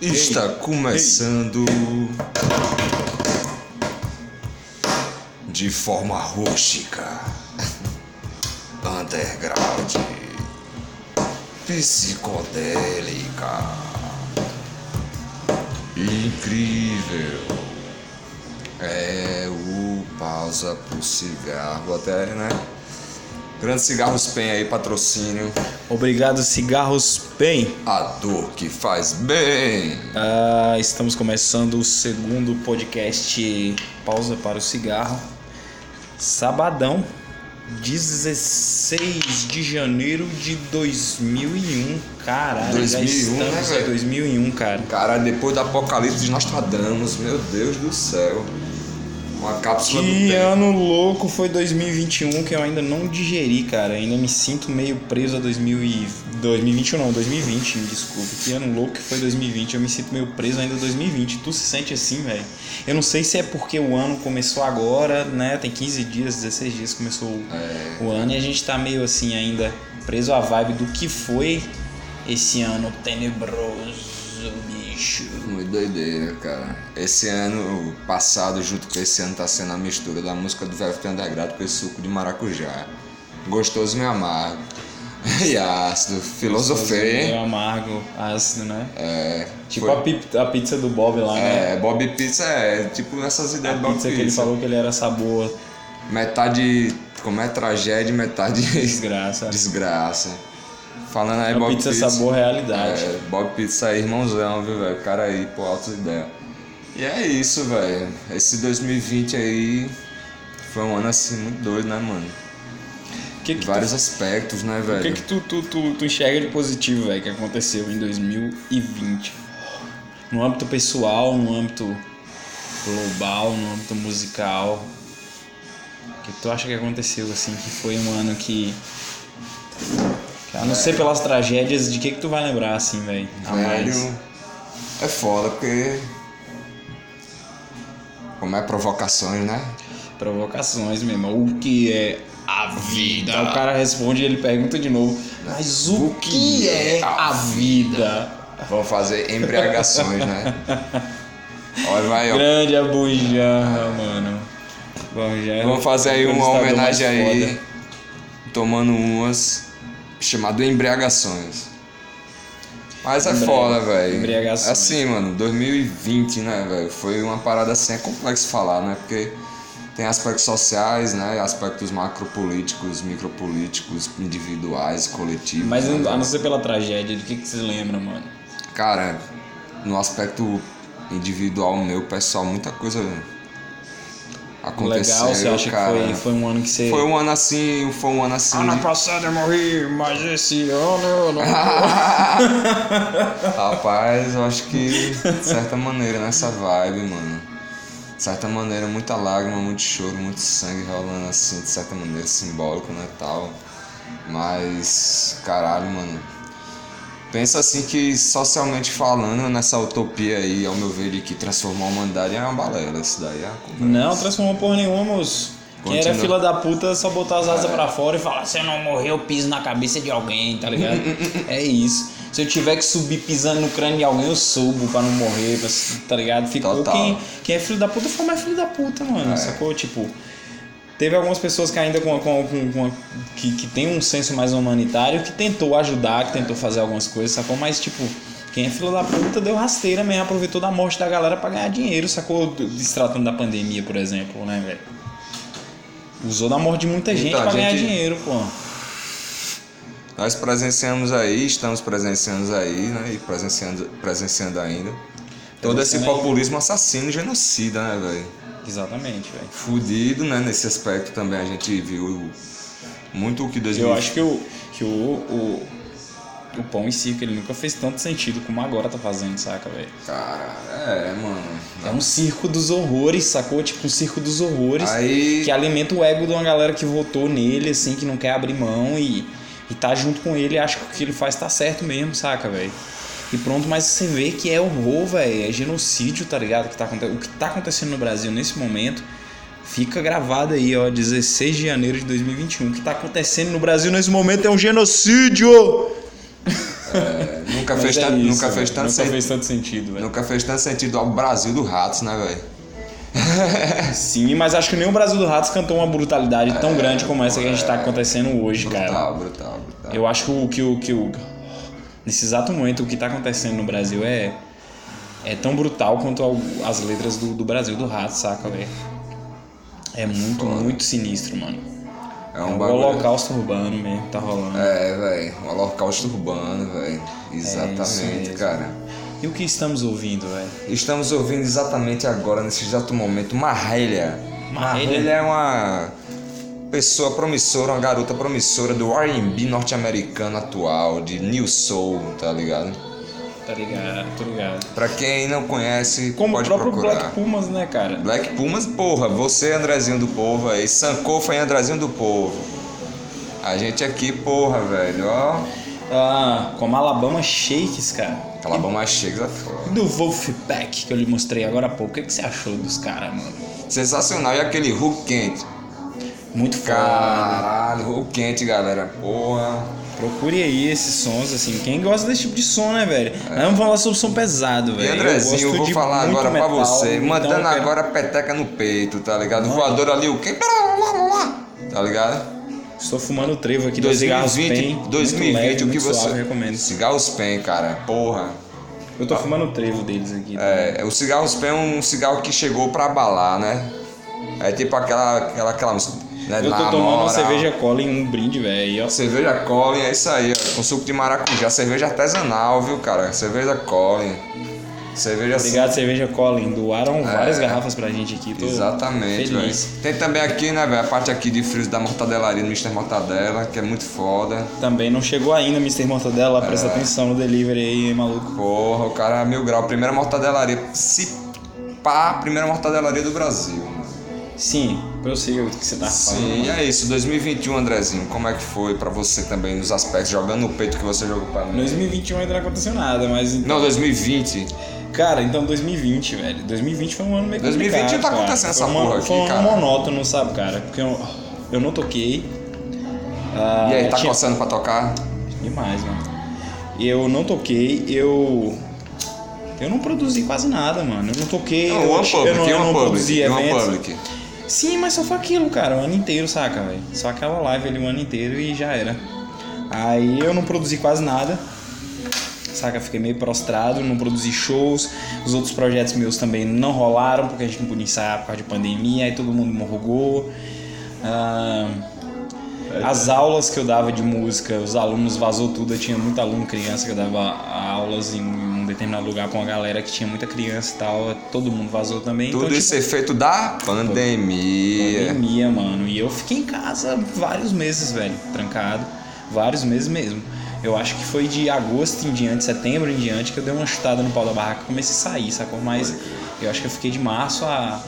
Está começando de forma rústica, underground, psicodélica, incrível. É o pausa pro cigarro até, né? Grande Cigarros Pen aí, patrocínio. Obrigado, Cigarros Pen. A dor que faz bem. Ah, estamos começando o segundo podcast Pausa para o Cigarro. Sabadão, 16 de janeiro de 2001. Caralho, 2001, já né, estamos em velho? 2001, cara. Cara, depois do apocalipse de Nostradamus, meu Deus do céu. Uma cápsula do Que tempo. ano louco foi 2021 que eu ainda não digeri, cara. Ainda me sinto meio preso a 2000 e... 2021, não, 2020, me desculpe. Que ano louco que foi 2020. Eu me sinto meio preso ainda a 2020. Tu se sente assim, velho? Eu não sei se é porque o ano começou agora, né? Tem 15 dias, 16 dias que começou o- É, o ano e a gente tá meio assim ainda preso à vibe do que foi esse ano tenebroso, bicho. muito doideira, cara. Esse ano passado, junto com esse ano, tá sendo a mistura da música do Velvet Underground com esse suco de maracujá. Gostoso e amargo. E ácido, filosofei. Meio amargo, ácido, né? É, Tipo foi- a, pip- a pizza do Bob lá, né? é, Bob Pizza é tipo nessas A ideias do Bob pizza que ele falou que ele era sabor, Metade, como é tragédia, metade desgraça. desgraça. Falando aí, É uma Bob pizza sabor realidade. É, Bob Pizza aí, irmãozão, viu, velho? Cara aí, pô, altas ideias. E é isso, velho. Esse 2020 aí foi um ano assim muito doido, né, mano? O que Em que, tu, vários aspectos, né, o que, velho? que tu, tu, tu, tu enxerga de positivo, velho, que aconteceu em 2020? No âmbito pessoal, no âmbito global, no âmbito musical. O que tu acha que aconteceu, assim, que foi um ano que... que A não ser pelas tragédias, de que que tu vai lembrar, assim, velho? A mais? Velho, é foda, porque. Como é provocações, né? Provocações mesmo. O que é a vida? Aí Então o cara responde e ele pergunta de novo. Mas o, que, é a vida? Vão fazer embriagações, né? Olha, vai, ó. Grande a Bonjarra, mano. Bonjarra. Vamos fazer aí uma o um entrevistador mais homenagem aí. foda. Tomando umas. Chamado Embriagações. Mas é Embriaga- foda, velho. embriagações. Assim, mano, 2020, né, velho? Foi uma parada assim, é complexo falar, né? Porque tem aspectos sociais, né? Aspectos macropolíticos, micropolíticos, individuais, coletivos. Mas né, a velho? não ser pela tragédia, do que, que você lembra, mano? Cara, no aspecto individual meu, pessoal, muita coisa aconteceu, Legal, você acha cara. que foi, foi um ano que você. Foi um ano assim, foi um ano assim. passada eu morri, mas esse ano eu não. Rapaz, eu acho que de certa maneira nessa vibe, mano. De certa maneira, muita lágrima, muito choro, muito sangue rolando assim, de certa maneira simbólico, né, tal. Mas, caralho, mano. Pensa assim que socialmente falando, nessa utopia aí, ao meu ver, de que transformar a humanidade é uma balela, isso daí é uma conversa. Não transformou porra nenhuma, moço. Quem era Continua. fila da puta só botar as asas pra fora e falar: se eu não morrer, eu piso na cabeça de alguém, tá ligado? é isso. Se eu tiver que subir pisando no crânio de alguém, eu subo pra não morrer, pra- tá ligado? Ficou Total. É. quem, quem é filho da puta foi mais filho da puta, mano, sacou? Tipo, teve algumas pessoas que ainda com, com, com, com- que, que tem um senso mais humanitário, que tentou ajudar, que tentou fazer algumas coisas, sacou? Mas, tipo, quem é fila da puta deu rasteira mesmo, aproveitou da morte da galera pra ganhar dinheiro, sacou? Destratando da pandemia, por exemplo, né, velho? Usou da morte de muita gente Então, a pra ganhar gente- dinheiro, pô. Nós presenciamos aí, estamos presenciando aí, né? E presenciando, presenciando ainda. Todo esse Presenciando aí. populismo assassino e genocida, né, velho? Exatamente, velho. Fudido, né? Nesse aspecto também a gente viu muito o que 2000. Eu acho que o, que o, o, o pão e circo ele nunca fez tanto sentido como agora tá fazendo, saca, velho? Cara, é, mano. É um circo dos horrores, sacou? Tipo, um circo dos horrores Aí. é que alimenta o ego de uma galera que votou nele, assim, que não quer abrir mão e, e tá junto com ele e acha que o que ele faz tá certo mesmo, saca, velho? E pronto, mas você vê que é horror, velho, é genocídio, tá ligado? Que tá, aconte- o que tá acontecendo no Brasil nesse momento fica gravado aí, ó, 16 de um janeiro de 2021. O que tá acontecendo no Brasil nesse momento é um genocídio! É, nunca, Mas fez é tanto, isso, nunca, velho. fez tanto Nunca sen- fez tanto sentido, velho. nunca fez tanto sentido ao Brasil do Ratos, né, velho? Sim, mas acho que nem o Brasil do Ratos cantou uma brutalidade tão grande como essa que a gente tá acontecendo hoje, cara. É, Brutal, brutal, brutal. Tá. Eu acho que o que o que o nesse exato momento o que tá acontecendo no Brasil é é tão brutal quanto al- as letras do, do Brasil do Rato, saca, velho? É muito, muito sinistro, mano. É É um um bagulho. holocausto urbano mesmo, que tá rolando. É, velho. Um holocausto urbano, velho. É Exatamente, mesmo. cara. E o que estamos ouvindo, velho? Estamos ouvindo exatamente agora, nesse exato momento, Marília. Marília? Marília é uma pessoa promissora, uma garota promissora do R&B norte-americano atual, de New Soul, tá ligado? Tá ligado, tô ligado. Pra quem não conhece, Como pode o próprio procurar. Black Pumas, né, cara? Black Pumas, porra, você é Andrezinho do povo aí, Sankofa é Andrezinho do povo. A gente aqui, porra, velho, ó. Ah, como Alabama Shakes, cara. Alabama Shakes é foda. E do Wolfpack que eu lhe mostrei agora há pouco. O que, que você achou dos caras, mano? Sensacional, e aquele Hulk quente. Muito foda. Caralho, Hulk quente, galera, porra. Procure aí esses sons, assim. Quem gosta desse tipo de som, né, velho? Nós vamos falar sobre som pesado, É. E velho. Andrezinho, eu, gosto vou de falar muito agora pra metal, você, então mandando eu quero- agora a peteca no peito, tá ligado? Voador ali, o quê? Tá ligado? Estou fumando trevo aqui, dois cigarros pen. muito 2020, leve, o que muito você. Suave, recomendo. Cigarros Pen, cara, porra. Eu tô fumando trevo deles aqui. Ah. tá? É, o cigarros Pen é um cigarro que chegou pra abalar, né? É tipo aquela, aquela, aquela música. Né? Eu tô Na tomando uma moral. cerveja cola em um brinde, velho. e ó, Cerveja Colin, é isso aí, ó. Com suco de maracujá, cerveja artesanal, viu, cara? Cerveja Colin. Cerveja Obrigado, cerveja Colin. Doaram várias garrafas pra gente aqui. Tô É. Exatamente, velho. feliz. Tem também aqui, né, velho, a parte aqui de frios da mortadelaria, do Mr. Mortadela, que é muito foda. Também não chegou ainda, Mr. É. Mortadela. Presta atenção no delivery aí, hein, maluco. Porra, o cara é mil grau. Primeira mortadelaria, se pá, primeira mortadelaria do Brasil. Sim, prossiga o que você tá falando. Sim, e é isso. 2021, Andrezinho, como é que foi pra você também nos aspectos, jogando no peito que você jogou pra mim? 2021 ainda não aconteceu nada, mas. Não, 2020. Cara, então 2020, velho. 2020 foi um ano meio 2020 complicado. tá cara. acontecendo essa foi um ano- porra aqui, Foi um ano cara. monótono, sabe, cara? Porque eu, eu não toquei. Ah, E aí, tá tinha- coçando pra tocar? Demais, mano. Eu não toquei, eu. Eu não produzi quase nada, mano. Eu não toquei. Não, eu, One eu não, Public, eu não One produzi Public, One eventos. Public. Sim, mas só foi aquilo, cara, o ano inteiro, saca, velho? Só aquela live ali o ano inteiro e já era. Aí eu não produzi quase nada. Saca, fiquei meio prostrado, não produzi shows. Os outros projetos meus também não rolaram, porque a gente não podia ensaiar por causa de pandemia, aí todo mundo morrugou. Ah, as aulas que eu dava de música, os alunos vazou tudo, eu tinha muito aluno criança que eu dava aulas em um determinado lugar pra uma galera que tinha muita criança e tal, todo mundo vazou também. Tudo então, isso é efeito da pandemia. pandemia, mano. E eu fiquei em casa vários meses, velho, trancado. Vários meses mesmo. Eu acho que foi de agosto em diante, setembro em diante, que eu dei uma chutada no pau da barraca e comecei a sair, sacou? Mas eu acho que eu fiquei de março a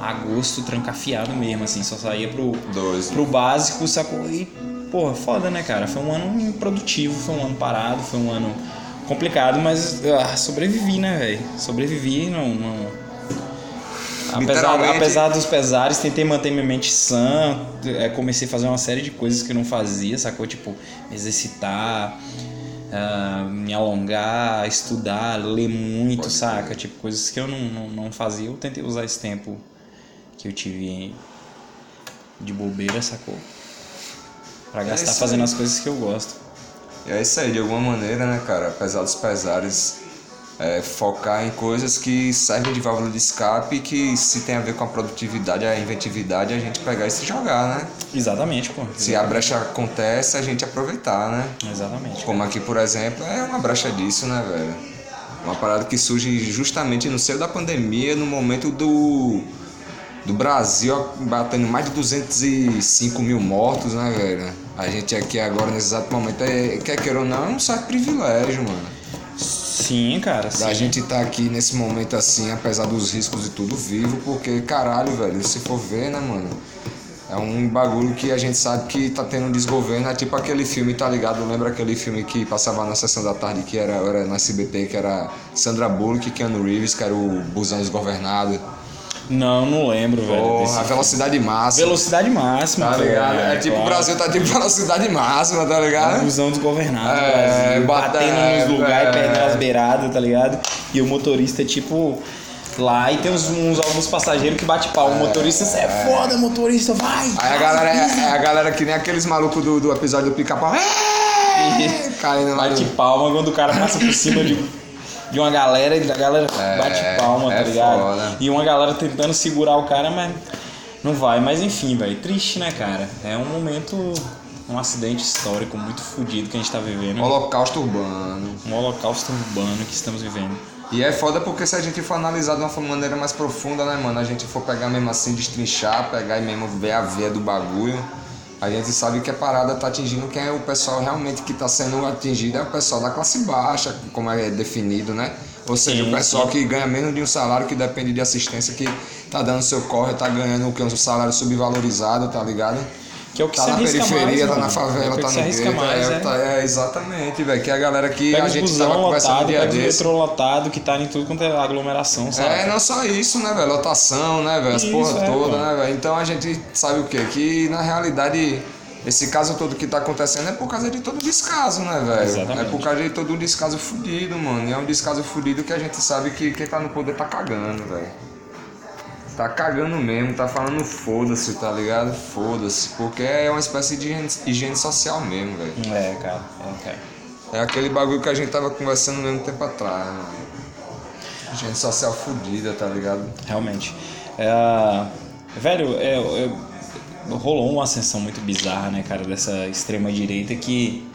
a agosto trancafiado mesmo, assim, só saía pro, Dois. pro básico, sacou? E, porra, foda, né, cara? Foi um ano improdutivo, foi um ano parado, foi um ano complicado, mas ah, sobrevivi, né, velho? Sobrevivi, não. não... Apesar, Literalmente- apesar dos pesares, tentei manter minha mente sã. é, comecei a fazer uma série de coisas que eu não fazia, sacou? Tipo, me exercitar, ah, me alongar, estudar, ler muito, saca? Tipo, coisas que eu não, não, não fazia. Eu tentei usar esse tempo que eu tive em- de bobeira, sacou? Pra gastar É isso fazendo as coisas que eu gosto. E é isso aí, de alguma maneira, né, cara? Apesar dos pesares, é, focar em coisas que servem de válvula de escape e que se tem a ver com a produtividade, a inventividade, a gente pegar e se jogar, né? Exatamente, pô. Se a brecha acontece, a gente aproveitar, né? Exatamente. Como aqui, por exemplo, é uma brecha disso, né, velho? Uma parada que surge justamente no seio da pandemia, no momento do, do Brasil batendo mais de 205 mil mortos, né, velho? A gente aqui agora, nesse exato momento, é, quer queira ou não, é um certo privilégio, mano. Sim, cara. Sim. Da gente estar aqui nesse momento assim, apesar dos riscos e tudo, vivo, porque caralho, velho, se for ver, né, mano? É um bagulho que a gente sabe que tá tendo um desgoverno, é tipo aquele filme, tá ligado? Lembra aquele filme que passava na sessão da tarde, que era, era na SBT, que era Sandra Bullock e Keanu Reeves, que era o busão desgovernado. Não, não lembro, velho. Porra, desse- é velocidade máxima. Velocidade máxima, Tá velho, ligado? É, claro. um tipo o Brasil tá tipo velocidade máxima, tá ligado? Abusão desgovernado, É, Brasil, bata- batendo nos lugares, é. perdendo as beiradas, tá ligado? E o motorista, tipo, lá e tem uns, uns alguns passageiros que bate pau. O motorista, você é foda, motorista, vai! Aí a galera, é a galera que nem aqueles malucos do, do episódio do pica-pau. "É!" Caindo lá. Bate no- palma quando o cara passa por cima de, de uma galera e a galera bate palma, é tá ligado? foda. E uma galera tentando segurar o cara, mas não vai. Mas enfim, velho, triste, né, cara? É um momento, um acidente histórico muito fodido que a gente tá vivendo. Holocausto urbano. Um holocausto urbano que estamos vivendo. E é foda porque se a gente for analisar de uma maneira mais profunda, né, mano? A gente for pegar mesmo assim, destrinchar, pegar e mesmo ver a veia do bagulho, a gente sabe que a parada tá atingindo quem é o pessoal realmente que tá sendo atingido é o pessoal da classe baixa, como é definido, né? Ou seja, Sim, o pessoal que ganha menos de um salário, que depende de assistência, que tá dando seu corre, tá ganhando o quê? um salário subvalorizado, tá ligado? Que é o que tá se na arrisca periferia, mais, tá né, na mano? É favela, o que tá no se arrisca gueto. mais, é, é. tá- é, exatamente, velho. Que é a galera que Pega a os gente busão tava conversando lotado, um dia pega os desse. metrô lotado, que tá em tudo quanto é aglomeração, sabe? É, não só isso, né, velho? Lotação, né, velho? As Tá. Isso, porra é, toda, mano. né, velho? Então a gente sabe o quê? Que na realidade. Esse caso todo que tá acontecendo é por causa de todo o descaso, né, velho? Exatamente. É por causa de todo o descaso fudido, mano. E é um descaso fudido que a gente sabe que quem tá no poder tá cagando, velho. Tá cagando mesmo, tá falando foda-se, tá ligado? Foda-se. Porque é uma espécie de higiene- higiene social mesmo, velho. É, cara. É, cara. É aquele bagulho que a gente tava conversando mesmo tempo atrás, mano. Gente social fudida, tá ligado? Realmente. É, velho, é, é, rolou uma ascensão muito bizarra, né, cara, dessa extrema direita que.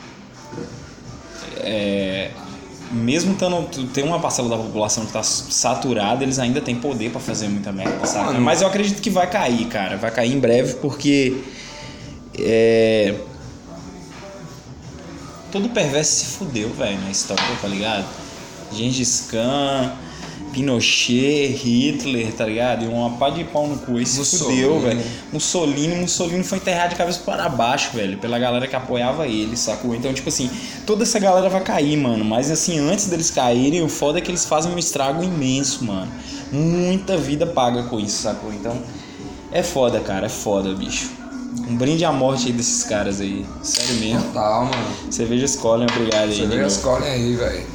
É, mesmo tando, tem uma parcela da população que tá saturada, eles ainda têm poder pra fazer muita merda, saca? Mano. Mas eu acredito que vai cair, cara. Vai cair em breve porque. É, todo perverso se fudeu, velho, na história, tá ligado? Gengis Khan, Pinochet, Hitler, tá ligado? E uma pá de pau no cu, e se Mussolini. fudeu, velho. Mussolini, Mussolini foi enterrado de cabeça para baixo, velho, pela galera que apoiava ele, sacou? Então, tipo assim, toda essa galera vai cair, mano. Mas assim, antes deles caírem, o foda é que eles fazem um estrago imenso, mano. Muita vida paga com isso, sacou? Então, é foda, cara, é foda, bicho. Um brinde à morte aí desses caras aí. Sério mesmo. Tá, mano. Cerveja Colin, obrigado aí. de Cerveja novo. escolhem aí, velho.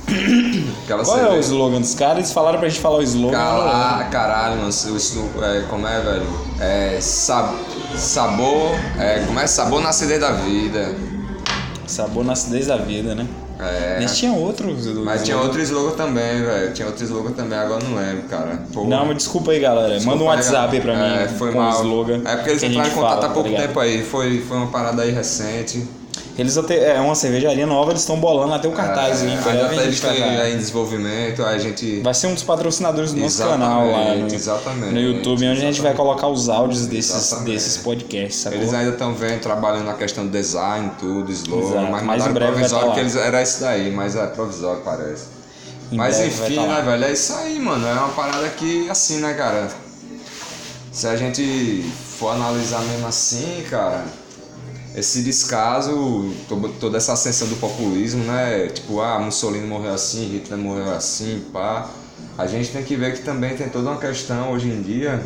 Aquela Qual é o cerveja. slogan dos caras? Eles falaram pra gente falar o slogan. Cala- caralho, mano. O Snoop, é, como é, velho? É. Sab, sabor. É, como é? Sabor na acidez da vida. né? Sabor nasce desde a vida, né? É. Mas tinha né? outro. slogan. Mas tinha outro slogan também, velho. Tinha outro slogan também, agora eu não lembro, cara. Pô. Não, mas desculpa aí, galera. Desculpa, Manda um né, WhatsApp aí pra mim É, foi com mal. o slogan. É porque eles que a entraram em gente contato fala, há pouco tá ligado? tempo aí. Foi, foi uma parada aí recente. Eles até, é uma cervejaria nova, eles estão bolando até o cartaz. É, hein? ainda tá- eles estão vai, em desenvolvimento, aí a gente. vai ser um dos patrocinadores do nosso canal lá no, Exatamente, exatamente, no YouTube, onde a gente vai exatamente. colocar os áudios desses, Exatamente. desses podcasts, sacou? Eles é ainda estão vendo, trabalhando na questão do design, tudo, slogan, Exato, mas mas em mandaram breve vai provisório, tá que lá. eles, era isso daí, mas é provisório, parece. Em mas breve vai enfim, tá lá. né, velho, é isso aí, mano, é uma parada que, assim, né, cara, se a gente for analisar mesmo assim, cara, esse descaso, to- toda essa ascensão do populismo, né? Tipo, ah, Mussolini morreu assim, Hitler morreu assim, pá. A gente tem que ver que também tem toda uma questão hoje em dia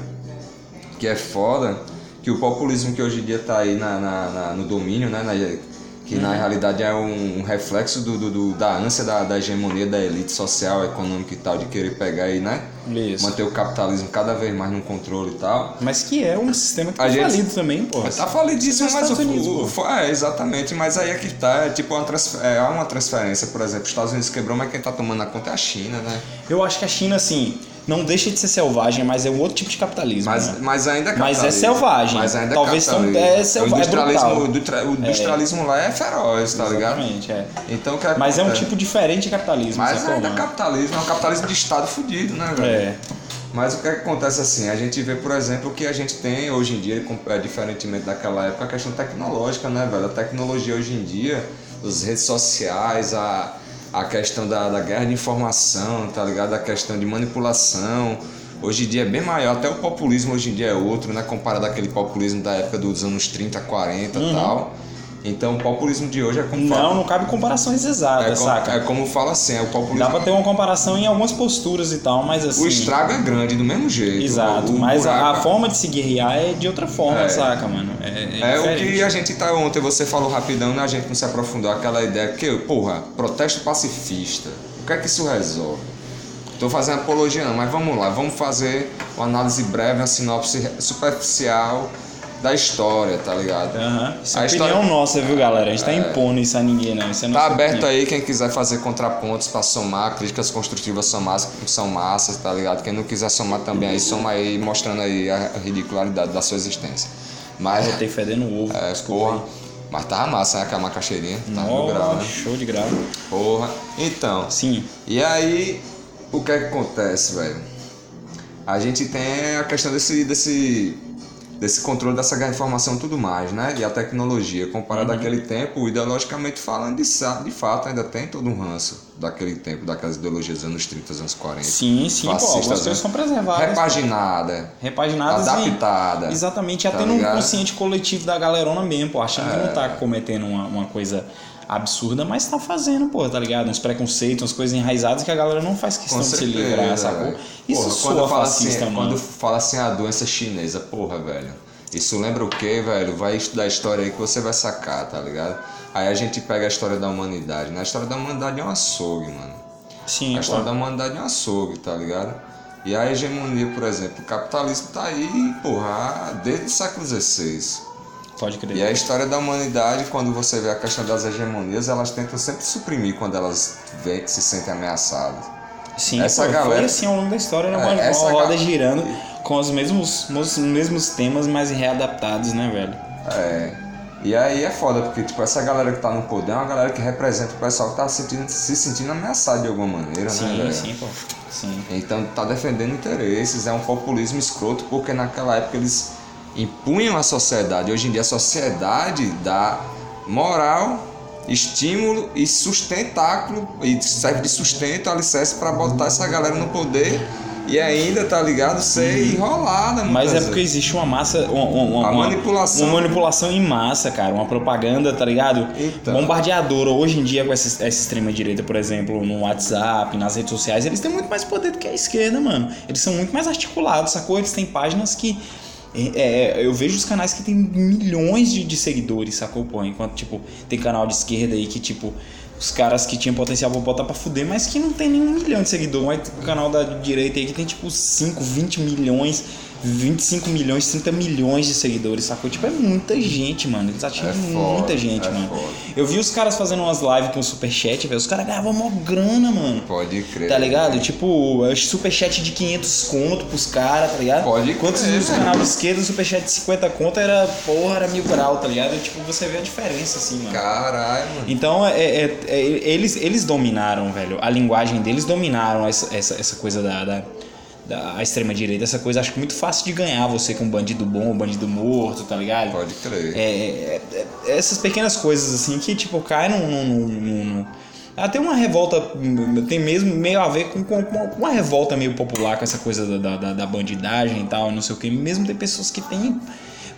que é foda, que o populismo que hoje em dia tá aí na, na- na- no domínio, né? na- que na realidade é um, um reflexo do, do- do- da ânsia da, da hegemonia da elite social, econômica e tal, de querer pegar e, né? Isso. Manter o capitalismo cada vez mais no controle e tal. Mas que é um sistema que A tá gente- falido também, pô. Tá falidíssimo, Nos mas Estados o, Unidos, o, pô. fo- é, exatamente, mas aí é que tá, é tipo uma, transfer, é, há uma transferência, por exemplo, os Estados Unidos quebrou, mas quem tá tomando a conta é a China, né? Eu acho que a China, assim, não deixa de ser selvagem, mas é um outro tipo de capitalismo. né? Mas, mas ainda é Mas é capitalismo. selvagem. Mas ainda Talvez tão- capitalismo. é selva- O é brutal. industrialismo, o dutra- o industrialismo lá é feroz, tá ligado? Exatamente, é. Então o que acontece? Mas é um tipo diferente de capitalismo, Mas sacou, ainda é mano? capitalismo, é um capitalismo de Estado fudido, né, velho? É. Mas o que, é que acontece assim? A gente vê, por exemplo, que a gente tem hoje em dia, com- é, diferentemente daquela época, a questão tecnológica, né, velho? A tecnologia hoje em dia, as redes sociais, a, a questão da, da guerra de informação, tá ligado? A questão de manipulação. Hoje em dia é bem maior, até o populismo hoje em dia é outro, né? Comparado àquele populismo da época dos anos 30, 40 e tal. Então o populismo de hoje é como Uhum. Não, fala- não cabe comparações exatas, é, como, saca? é como fala assim, é o populismo. Dá pra ter uma comparação em algumas posturas e tal, mas assim. O estrago é grande do mesmo jeito. Exato, O- o mas a, a buraco- forma de se guerrear é de outra forma, É. saca, mano? É, é É o diferente. que a gente tá ontem, você falou rapidão, né? A gente não se aprofundou aquela ideia que, porra, protesto pacifista. O que é que isso resolve? Tô fazendo apologia não, mas vamos lá, vamos fazer uma análise breve, uma sinopse superficial da história, tá ligado? Aham. Isso é A opinião história- É. nossa, viu, galera? A gente tá impondo isso a ninguém, não. Isso é Tá nossa aberto opinião. aí quem quiser fazer contrapontos pra somar, críticas construtivas são massas, são massas, tá ligado? Quem não quiser somar também aí, soma aí, mostrando aí a ridicularidade da sua existência. Mas, Eu botei fedendo o ovo. é, porra, mas tava massa, né? Com a macaxeirinha, tava no Ó, grau, né? show de grau. Porra. Então, Sim, e aí, o que é que acontece, velho? A gente tem a questão desse, desse, desse controle dessa guerra de informação e tudo mais, né? E a tecnologia, comparado àquele tempo, ideologicamente falando, de, sa- de fato, ainda tem todo um ranço daquele tempo, daquelas ideologias dos anos 30, anos 40. sim, sim. Pô, Fascistas, algumas né? coisas são preservadas. Repaginada, Repaginadas adaptada. e... Exatamente, tá até no ligado? É. consciente coletivo da galerona mesmo, pô. Achando que não tá cometendo uma, uma coisa absurda, mas tá fazendo, pô, tá ligado? Uns preconceitos, umas coisas enraizadas que a galera não faz questão Com de se certeza, livrar, sacou? velho. Isso Porra, soa quando fala fascista, assim, mano. Quando fala assim a doença chinesa, porra, velho. Isso lembra o quê, velho? Vai estudar a história aí que você vai sacar, tá ligado? Aí a gente pega a história da humanidade. né? A história da humanidade é um açougue, mano. Sim, A história pô. da humanidade é um açougue, tá ligado? E a hegemonia, por exemplo, o capitalismo tá aí, porra, desde o século XVI. Pode crer. E a história da humanidade, quando você vê a questão das hegemonias, elas tentam sempre suprimir quando elas vê- se sentem ameaçadas. Sim, Essa pô, galera- foi assim ao longo da história, era uma, É, uma essa roda ga- girando com os mesmos, os mesmos temas, mas readaptados, né, velho? É. E aí é foda, porque tipo, essa galera que tá no poder é uma galera que representa o pessoal que tá sentindo- se sentindo ameaçado de alguma maneira, né, Sim, velho? sim, pô. Sim. Então tá defendendo interesses, é um populismo escroto, porque naquela época eles impunham a sociedade. Hoje em dia a sociedade dá moral, estímulo e sustentáculo, e serve de sustento, alicerce pra botar essa galera no poder e ainda, tá ligado, ser enrolada, Mas muitas é vezes. porque existe uma massa. Uma, uma, A uma- manipulação. Uma manipulação em massa, cara. Uma propaganda, tá ligado? Então. Bombardeadora. Hoje em dia, com essa, essa extrema-direita, por exemplo, no WhatsApp, nas redes sociais, eles têm muito mais poder do que a esquerda, mano. Eles são muito mais articulados, sacou? Eles têm páginas que. é, é, eu vejo os canais que tem milhões de, de seguidores, sacou? Pô, enquanto, tipo, tem canal de esquerda aí que, tipo. Os caras que tinham potencial pra botar pra fuder, mas que não tem nenhum milhão de seguidores. Mas o canal da direita aí que tem tipo 5, 20 milhões, 25 milhões, 30 milhões de seguidores, sacou? Tipo, é muita gente, mano. Eles atingem É foda, muita gente, é mano. foda. Eu vi os caras fazendo umas lives com superchat, velho. Os caras ganhavam mó grana, mano. Pode crer. Tá ligado? Tipo, é superchat de 500 conto pros caras, tá ligado? Pode Quantos crer, nos velho. canal de esquerda, superchat de 50 conto era, porra, era mil grau, tá ligado? E, tipo, você vê a diferença, assim, mano. Caralho, mano. Então, é- é- é- eles, eles dominaram, velho. A linguagem deles dominaram essa, essa, essa coisa da, da, da a extrema-direita. Essa coisa, acho que é muito fácil de ganhar você com um bandido bom, um bandido morto, tá ligado? Pode crer. É, é, é, é, essas pequenas coisas, assim, que, tipo, caem num... num- num- num- num- Até uma revolta hum, tem mesmo meio a ver com, com- com uma revolta meio popular com essa coisa da- da, da, da bandidagem e tal, não sei o que. Mesmo tem pessoas que têm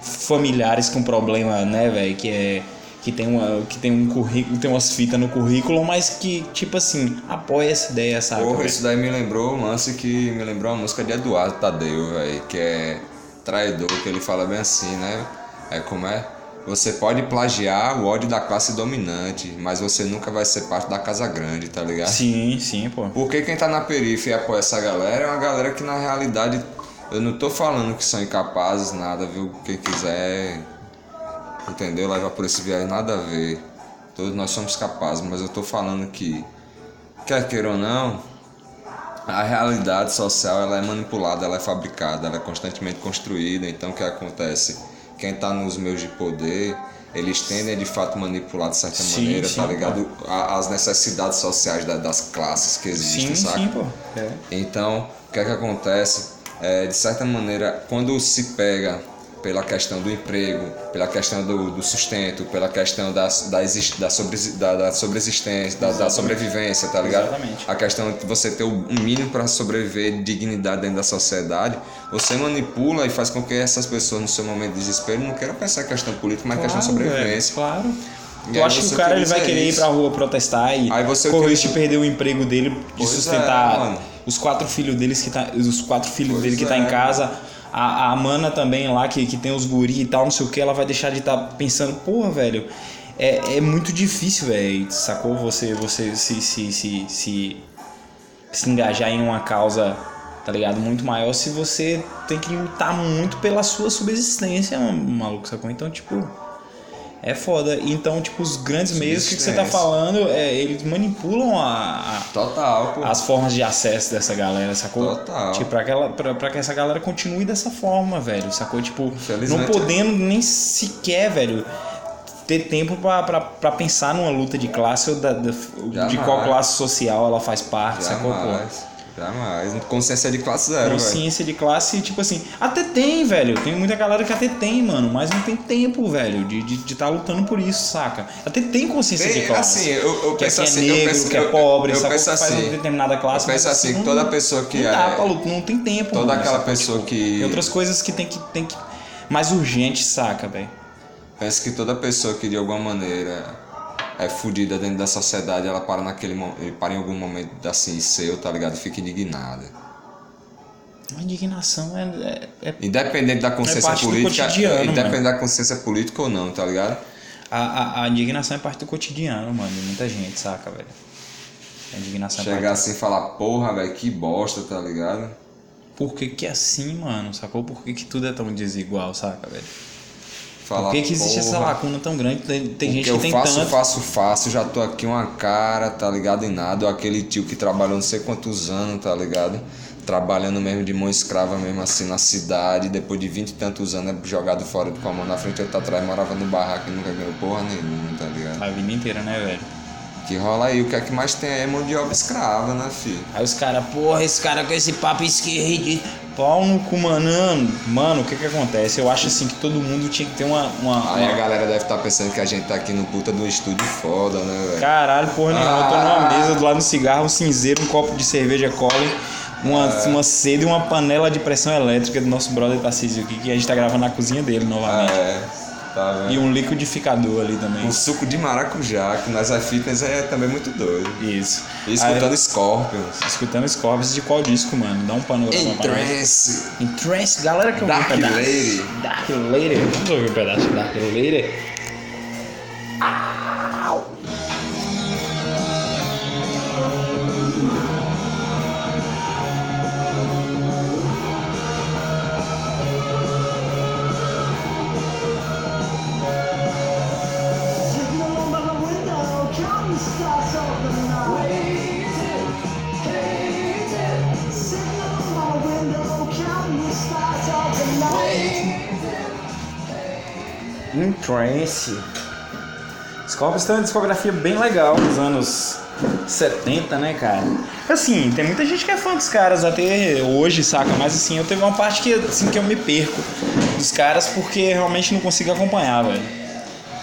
familiares com problema, né, velho, que é que tem uma que tem um currículo, tem umas fitas no currículo, mas que tipo assim, apoia essa ideia, sabe? Porra, isso daí me lembrou um lance que me lembrou uma música de Eduardo Tadeu, velho, que é traidor, que ele fala bem assim, né? É como é? Você pode plagiar o ódio da classe dominante, mas você nunca vai ser parte da casa grande, tá ligado? Sim, sim, pô. Porque quem tá na periferia e apoia essa galera é uma galera que na realidade eu não tô falando que são incapazes, nada, viu? Quem quiser, entendeu? Levar por esse viés nada a ver. Todos nós somos capazes, mas eu tô falando que, quer queira ou não, a realidade social ela é manipulada, ela é fabricada, ela é constantemente construída. Então o que acontece? Quem tá nos meios de poder, eles tendem a, de fato manipular de certa Sim, maneira, sim, tá ligado? A- As necessidades sociais da- das classes que existem, Sim, saca? sim, pô. É. Então, o que é que acontece? É, de certa maneira, quando se pega pela questão do emprego, pela questão do, do sustento, pela questão da, da, exist, da, sobre, da, da sobreexistência, da, da sobrevivência, tá ligado? Exatamente. A questão de você ter o um mínimo para sobreviver, dignidade dentro da sociedade, você manipula e faz com que essas pessoas, no seu momento de desespero, não queiram pensar em questão política, mas questão de sobrevivência. Claro. E Tu aí acha que você o cara ele utiliza vai querer ir isso. pra rua protestar e Aí você correr utiliza- de perder o emprego dele, de Pois é, sustentar mano. os quatro filhos deles que tá, os quatro filhos Pois dele que tá em é. casa. A, a mana também lá, que, que tem os guri e tal, não sei o que, ela vai deixar de estar pensando, porra, velho, é, é muito difícil, velho, sacou? Você, você se, se, se, se, se engajar em uma causa, tá ligado? Muito maior se você tem que lutar muito pela sua subsistência, maluco, sacou? Então, tipo, é foda. Então, tipo, os grandes meios, o que, que você tá Subsistência. falando, é, eles manipulam a- Total, pô. a- as formas de acesso dessa galera, sacou? Total. Tipo, pra, que ela- pra, pra que essa galera continue dessa forma, velho, sacou? Tipo, não Felizmente. podendo nem sequer, velho, ter tempo pra, pra, pra pensar numa luta de classe ou da- da- de Jamais. qual classe social ela faz parte, sacou? Ah, Pô? Jamais. Jamais. Consciência de classe zero, velho. consciência de classe, tipo assim, até tem, velho. Tem muita galera que até tem, mano, mas não tem tempo, velho, de estar de, tá lutando por isso, saca? Até tem consciência de Tem, classe. assim, eu, eu que, é- penso que assim, é negro, eu penso, que é eu- pobre, eu, sacou? penso que faz um uma assim, determinada classe. eu penso mas, tipo, assim, não- que toda pessoa que não dá é- pra lutar, não tem tempo. toda mano, aquela sacou? pessoa Tipo, que- Tem outras coisas que tem que. Tem que mais urgente, saca, velho? penso que toda pessoa que de alguma maneira é fudida dentro da sociedade, ela para naquele mo- e para em algum momento assim seu, tá ligado? E Fica indignada. Uma indignação é- é- é Independente da consciência parte do política, cotidiano, independente mano. da consciência política ou não, tá ligado? A, a, a indignação é parte do cotidiano, mano, de muita gente, saca, velho? A indignação é Chegar parte... assim e falar, porra, velho, que bosta, tá ligado? Por que que é assim, mano, sacou? Por que que tudo é tão desigual, saca, velho? Falar, Por que que existe essa "Porra, lacuna tão grande? Tem, tem O gente que eu que tem faço, tanto... faço, faço, já tô aqui uma cara, tá ligado? Em nada, ou aquele tio que trabalhou não sei quantos anos, tá ligado? Trabalhando mesmo de mão escrava mesmo assim na cidade, depois de vinte e tantos anos é jogado fora com a mão na frente, outro atrás, morava no barraco e nunca ganhou porra nenhuma, tá ligado? A vida inteira, né, velho? Que rola aí, o que é que mais tem aí é mão de obra escrava, né, filho? Aí os caras, porra, esse cara com esse papo esquerdo... Pau no cu, mano. Mano, o que que acontece? Eu acho, assim, que todo mundo tinha que ter uma... uma, Aí a uma- galera deve estar pensando que a gente tá aqui no puta do estúdio foda, né, velho? Caralho, porra nenhuma. Eu tô numa Ah. mesa, do lado um cigarro, um cinzeiro, um copo de cerveja Colin, uma, É. uma seda e uma panela de pressão elétrica do nosso brother Tarcísio aqui, que a gente tá gravando na cozinha dele novamente. É, tá vendo? E um liquidificador ali também. Um suco de maracujá, que nas fitness é também muito doido. Isso. E escutando Aí, Scorpions. escutando Scorpions de qual disco, mano? Dá um panorama pra nós. Entrance, Em Trance, galera que eu Dark um pedaço. Lady. Dark Lady. Vamos ouvir um pedaço de Dark Lady. Signal by the window, counting stars of the night. Signal by the window, counting stars of the night. In Trance. Scorpions tem uma discografia bem legal dos anos 70, né, cara? Assim, tem muita gente que é fã dos caras até hoje, saca? Mas assim, eu teve uma parte que, assim, que eu me perco dos caras porque realmente não consigo acompanhar, velho.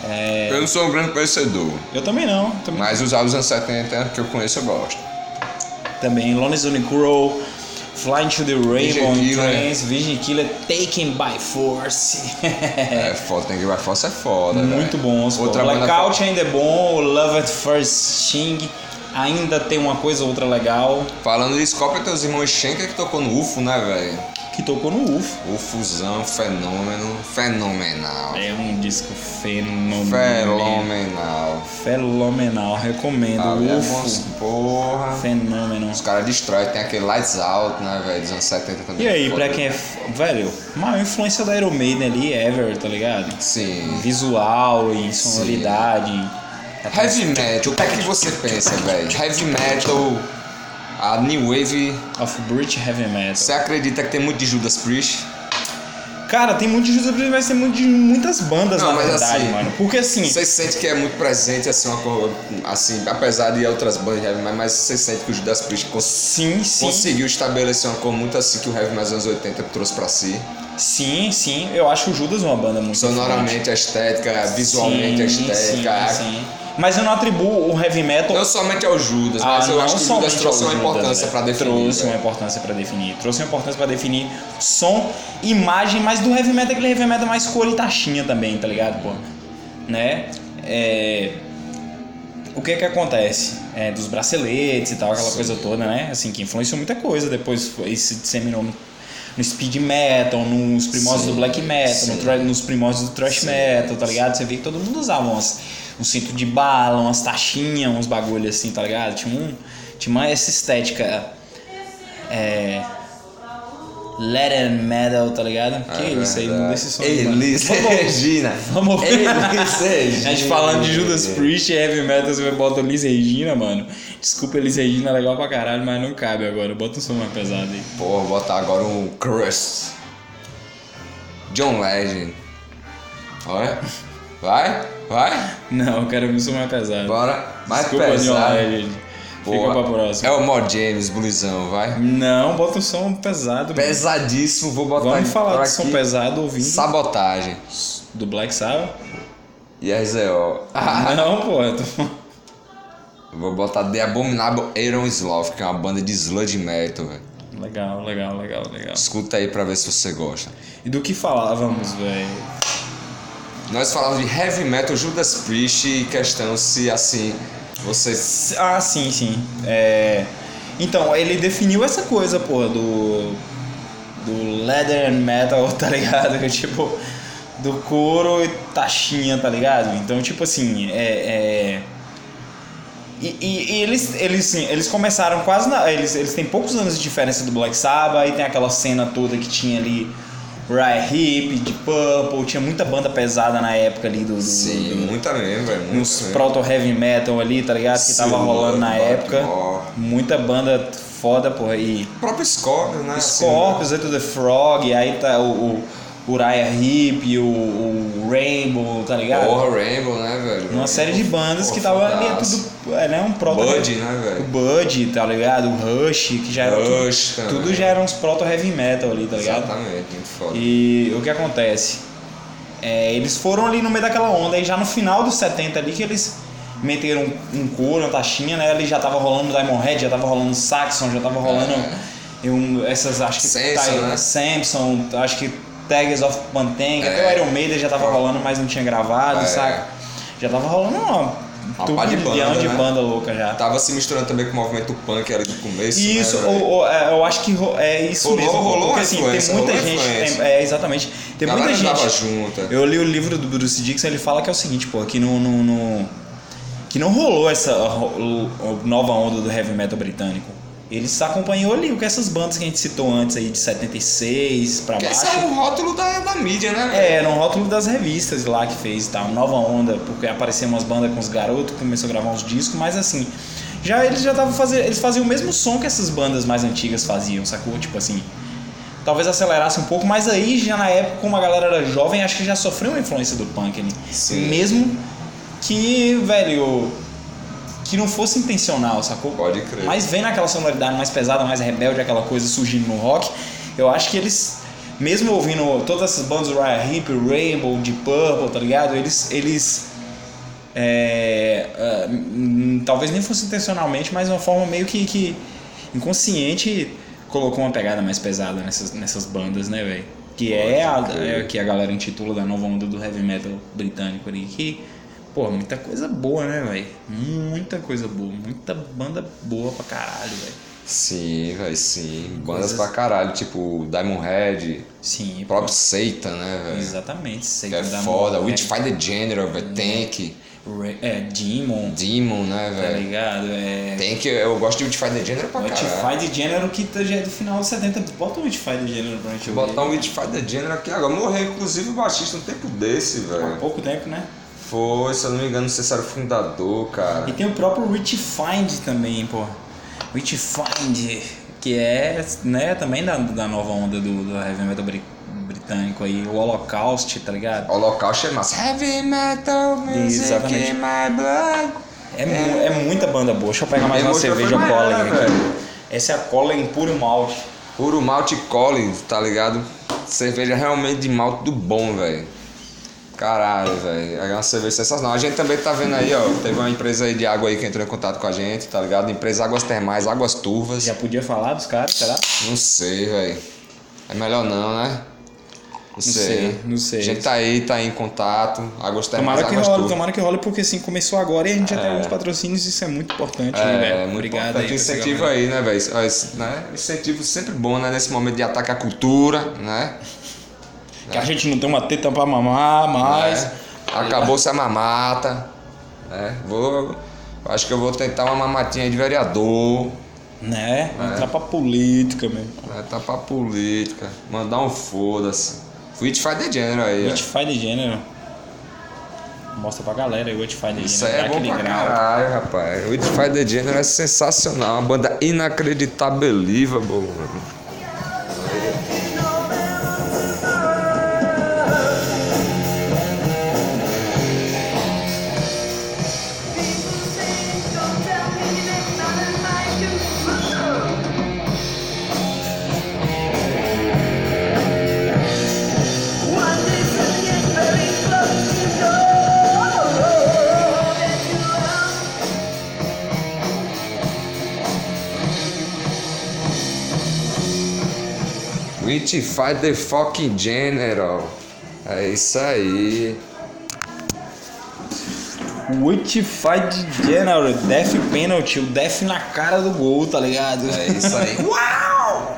É, Eu não sou um grande conhecedor, eu também não. Também, mas os álbuns anos 70 é que eu conheço eu gosto. também Lonely Zone Crow, Flying to the Rainbow, Virgin Killer. Trance, Virgin Killer, Taken by Force. É, foda, tem que vai força é foda, velho. Muito bons. Outra Outra banda Blackout ainda é bom, Love at First Sting ainda tem uma coisa ou outra legal fa- Falando de Scorpion, tem os irmãos Schenker que tocou no UFO, né, velho? que tocou no UFO. UFOzão, fenômeno, fenomenal. É um disco fenomenal. Fenomenal. Fenomenal, recomendo. Ah, é UFO, bom, porra. fenômeno. Os caras destroem, tem aquele Lights Out, né, velho, dos anos 70 também. E aí, Foda. pra quem é. f- Velho, maior influência da Iron Maiden ali, Ever, tá ligado? Sim. Visual e sonoridade. Heavy metal, o que é que você pensa, velho? Heavy metal, a new wave, Of British Heavy Metal. você acredita que tem muito de Judas Priest? Cara, tem muito de José Brito, mas tem muito de muitas bandas, Não, na mas verdade, assim, mano. Porque assim. Você sente que é muito presente, assim, uma coisa, assim, apesar de outras bandas de heavy, metal, mas você sente que o Judas Priest cons- Sim, sim. conseguiu estabelecer uma cor muito assim que o heavy mais anos 80 trouxe pra si. Sim, sim. Eu acho o Judas uma banda muito. Sonoramente, a estética, visualmente, a sim, estética. sim, sim. Mas eu não atribuo o heavy metal Não somente ao Judas, mas Ah, eu não acho que o Judas somente trouxe ao uma Judas, importância né? pra definir. Trouxe velho. uma importância pra definir. Trouxe uma importância pra definir som, imagem, mas do heavy metal, aquele heavy metal mais cor e taxinha também, tá ligado, pô? Né? É... O que que acontece? É, dos braceletes e tal, aquela coisa toda, né? Assim, que influenciou muita coisa. Depois foi- se disseminou no, no speed metal, nos primórdios Sim, do black metal, sim. no thrash- nos primórdios do thrash Sim. metal, tá ligado? Você vê que todo mundo usava umas, um cinto de bala, umas taxinhas, uns bagulho assim, tá ligado? Tinha, um, tinha uma, essa estética. É. Letter metal, tá ligado? Que É isso aí, Tá não verdade. desse som. Elis Regina. Vamos ver. Elis Regina. A gente falando de Judas Priest e Heavy Metal, você bota Liz Regina, mano. Desculpa, Liz Regina é legal pra caralho, mas não cabe agora. Bota um som mais pesado aí. Pô, vou botar agora um Crust. John Legend. Olha. Vai, vai. Não, eu quero um som mais pesado. Bora. Mais Desculpa, pesado. John Legend. Fica né? Boa. pra próxima. É o Mod James, bluesão, vai. Não, bota um som pesado. mano. Pesadíssimo, vou botar Vamos falar pra de som aqui. pesado ouvindo Sabotagem. do Black Sabbath? E RZO. Não, pô. eu tô- Vou botar The Abominable Aaron Sloth, que é uma banda de sludge metal, velho. Legal, legal, legal, legal. Escuta aí pra ver se você gosta. E do que falávamos, velho? Nós falamos de heavy metal, Judas Priest e questão se assim você Ah, sim, sim. É... Então, ele definiu essa coisa, porra, do. Do leather metal, tá ligado? Que, tipo, do couro e taxinha, tá ligado? Então, tipo assim, é. é... E, e- e eles, eles, sim, eles começaram quase na. Eles, eles têm poucos anos de diferença do Black Sabbath, e tem aquela cena toda que tinha ali. Riot Hip, de Purple, tinha muita banda pesada na época ali do. do- sim, do, muita mesmo, velho, muita uns mesmo. proto heavy metal ali, tá ligado? Que tava Sim, rolando na Baltimore. época. Muita banda foda, porra. E O próprio Scorpion, né? assim, Scorpions, Into the Frog, aí tá o, o Uriah Heep, o, o Rainbow, tá né? ligado? Porra, Rainbow, né, velho? Uma série de bandas que tava ali, é tudo, é, né? Um proto Bud, né, O velho? Bud, tá ligado? O Rush, que já era Rush tudo, também. tudo já era uns proto heavy metal ali, tá ligado? Exatamente, muito foda. E o que acontece? É, eles foram ali no meio daquela onda, e já no final dos 70 ali que eles meteram um, um couro, uma taxinha, né? Ali já tava rolando Diamond Head, já tava rolando Saxon, já tava rolando um- essas, acho que... Samson, Ty- né? Samson, acho que Tags of Pantang, até É. o Iron Maiden já tava rolando, mas não tinha gravado, É. saca? Já tava rolando uma, Uma pá de turbilhão banda, de né? banda louca já. Tava se misturando também com o movimento punk ali do começo. E Isso, né, ou- velho? ou, é, eu acho que ro- é isso Rolou- mesmo. rolou porque uma assim, tem influência, muita rolou uma gente. tem- influência. é, exatamente. Tem Galera muita andava gente. junta. Eu li o livro do Bruce Dixon, ele fala que é o seguinte, pô, que não. não- não- que não rolou essa ro- o- nova onda do heavy metal britânico. Ele se acompanhou ali o que essas bandas que a gente citou antes aí, de 76 pra Porque Esse baixo. é o rótulo da, da mídia, né, velho? É, era um rótulo das revistas lá que fez e tal, nova onda, porque apareciam umas bandas com os garotos, começou a gravar uns discos, mas assim, já eles já estavam fazendo, eles faziam o mesmo som que essas bandas mais antigas faziam, sacou? Tipo assim, talvez acelerasse um pouco, mas aí já na época, como a galera era jovem, acho que já sofreu uma influência do punk ali. Sim. Mesmo que, velho, que não fosse intencional, sacou? Pode crer. Mas vem naquela sonoridade mais pesada, mais rebelde, aquela coisa surgindo no rock. Eu acho que eles, mesmo ouvindo todas essas bandas, Raya Hip, Rainbow, Deep Purple, tá ligado? Eles. eles é, ah, hum, talvez nem fosse intencionalmente, mas de uma forma meio que, que inconsciente colocou uma pegada mais pesada nessas, nessas bandas, né, velho? Que é a, é a que a galera intitula da nova onda do heavy metal britânico ali, que, pô, muita coisa boa, né, velho? Muita coisa boa, muita banda boa pra caralho, velho. Sim, velho, sim. Bandas Coisas- pra caralho, tipo Diamond Head, Sim, o próprio Satan, né, velho? exatamente. Sei Que é que dá foda. uma- Witchfighter General, velho. Tank, Re- É, Demon, Demon, né, tá velho? ligado? É. Tank, eu gosto de Witchfighter General pra caralho. Witchfire de gênero que tá já é do final dos 70. Bota o Witchfire de gênero pra gente Vou ouvir. Botar um Witchfighter General aqui agora. Morreu, inclusive, o baixista um tempo desse, Há velho. pouco tempo, né? Foi, se eu não me engano, não sei se era o fundador, E cara. tem o próprio Rich Find também, pô. Rich Find, que é, né, também da, da nova onda do, do heavy metal bri- britânico aí, o Holocausto, tá ligado? Holocausto é massa. Heavy metal music Exatamente. in my blood. É, mu- é muita banda boa. Deixa eu pegar mais uma Emotion cerveja foi Colin maneira, aqui. velho. Essa é a Colin Puro Malte. Puro malte Collins, tá ligado? Cerveja realmente de malte do bom, velho. Caralho, velho. É uma cerveja sensacional. A gente também tá vendo aí, ó. Teve uma empresa aí de água aí que entrou em contato com a gente, tá ligado? Empresa Águas Termais, Águas Turvas. Já podia falar dos caras, será? Não sei, velho. É melhor não, né? Não sei. sei, não sei. A gente tá aí, tá aí em contato. Águas Termais, Tomara que Águas role, Turvas. tomara que role, porque assim, começou agora e a gente já tem alguns patrocínios, isso é muito importante, né, velho? É, muito Obrigado importante aí. o incentivo aí, né, velho? Ó, esse, Né? Incentivo sempre bom, né? Nesse momento de ataque à cultura, né? Que a gente não tem uma teta pra mamar mais. É. Acabou-se a mamata. Né? Vou, acho que eu vou tentar uma mamatinha de vereador. Né? É. Entrar pra política, meu. irmão. Né? Tá pra política. Mandar um foda-se. Which Fight the General aí, ó. Identify the General. Mostra pra galera aí o Identify the Isso aí General. é Dá bom aquele pra grau. caralho, rapaz. Which Fight the General é sensacional. Uma banda inacreditabilível, mano. Which Fight the Fucking General. É isso aí. Witchfight General, Death Penalty, o Death na cara do gol, tá ligado? É isso aí. Uau!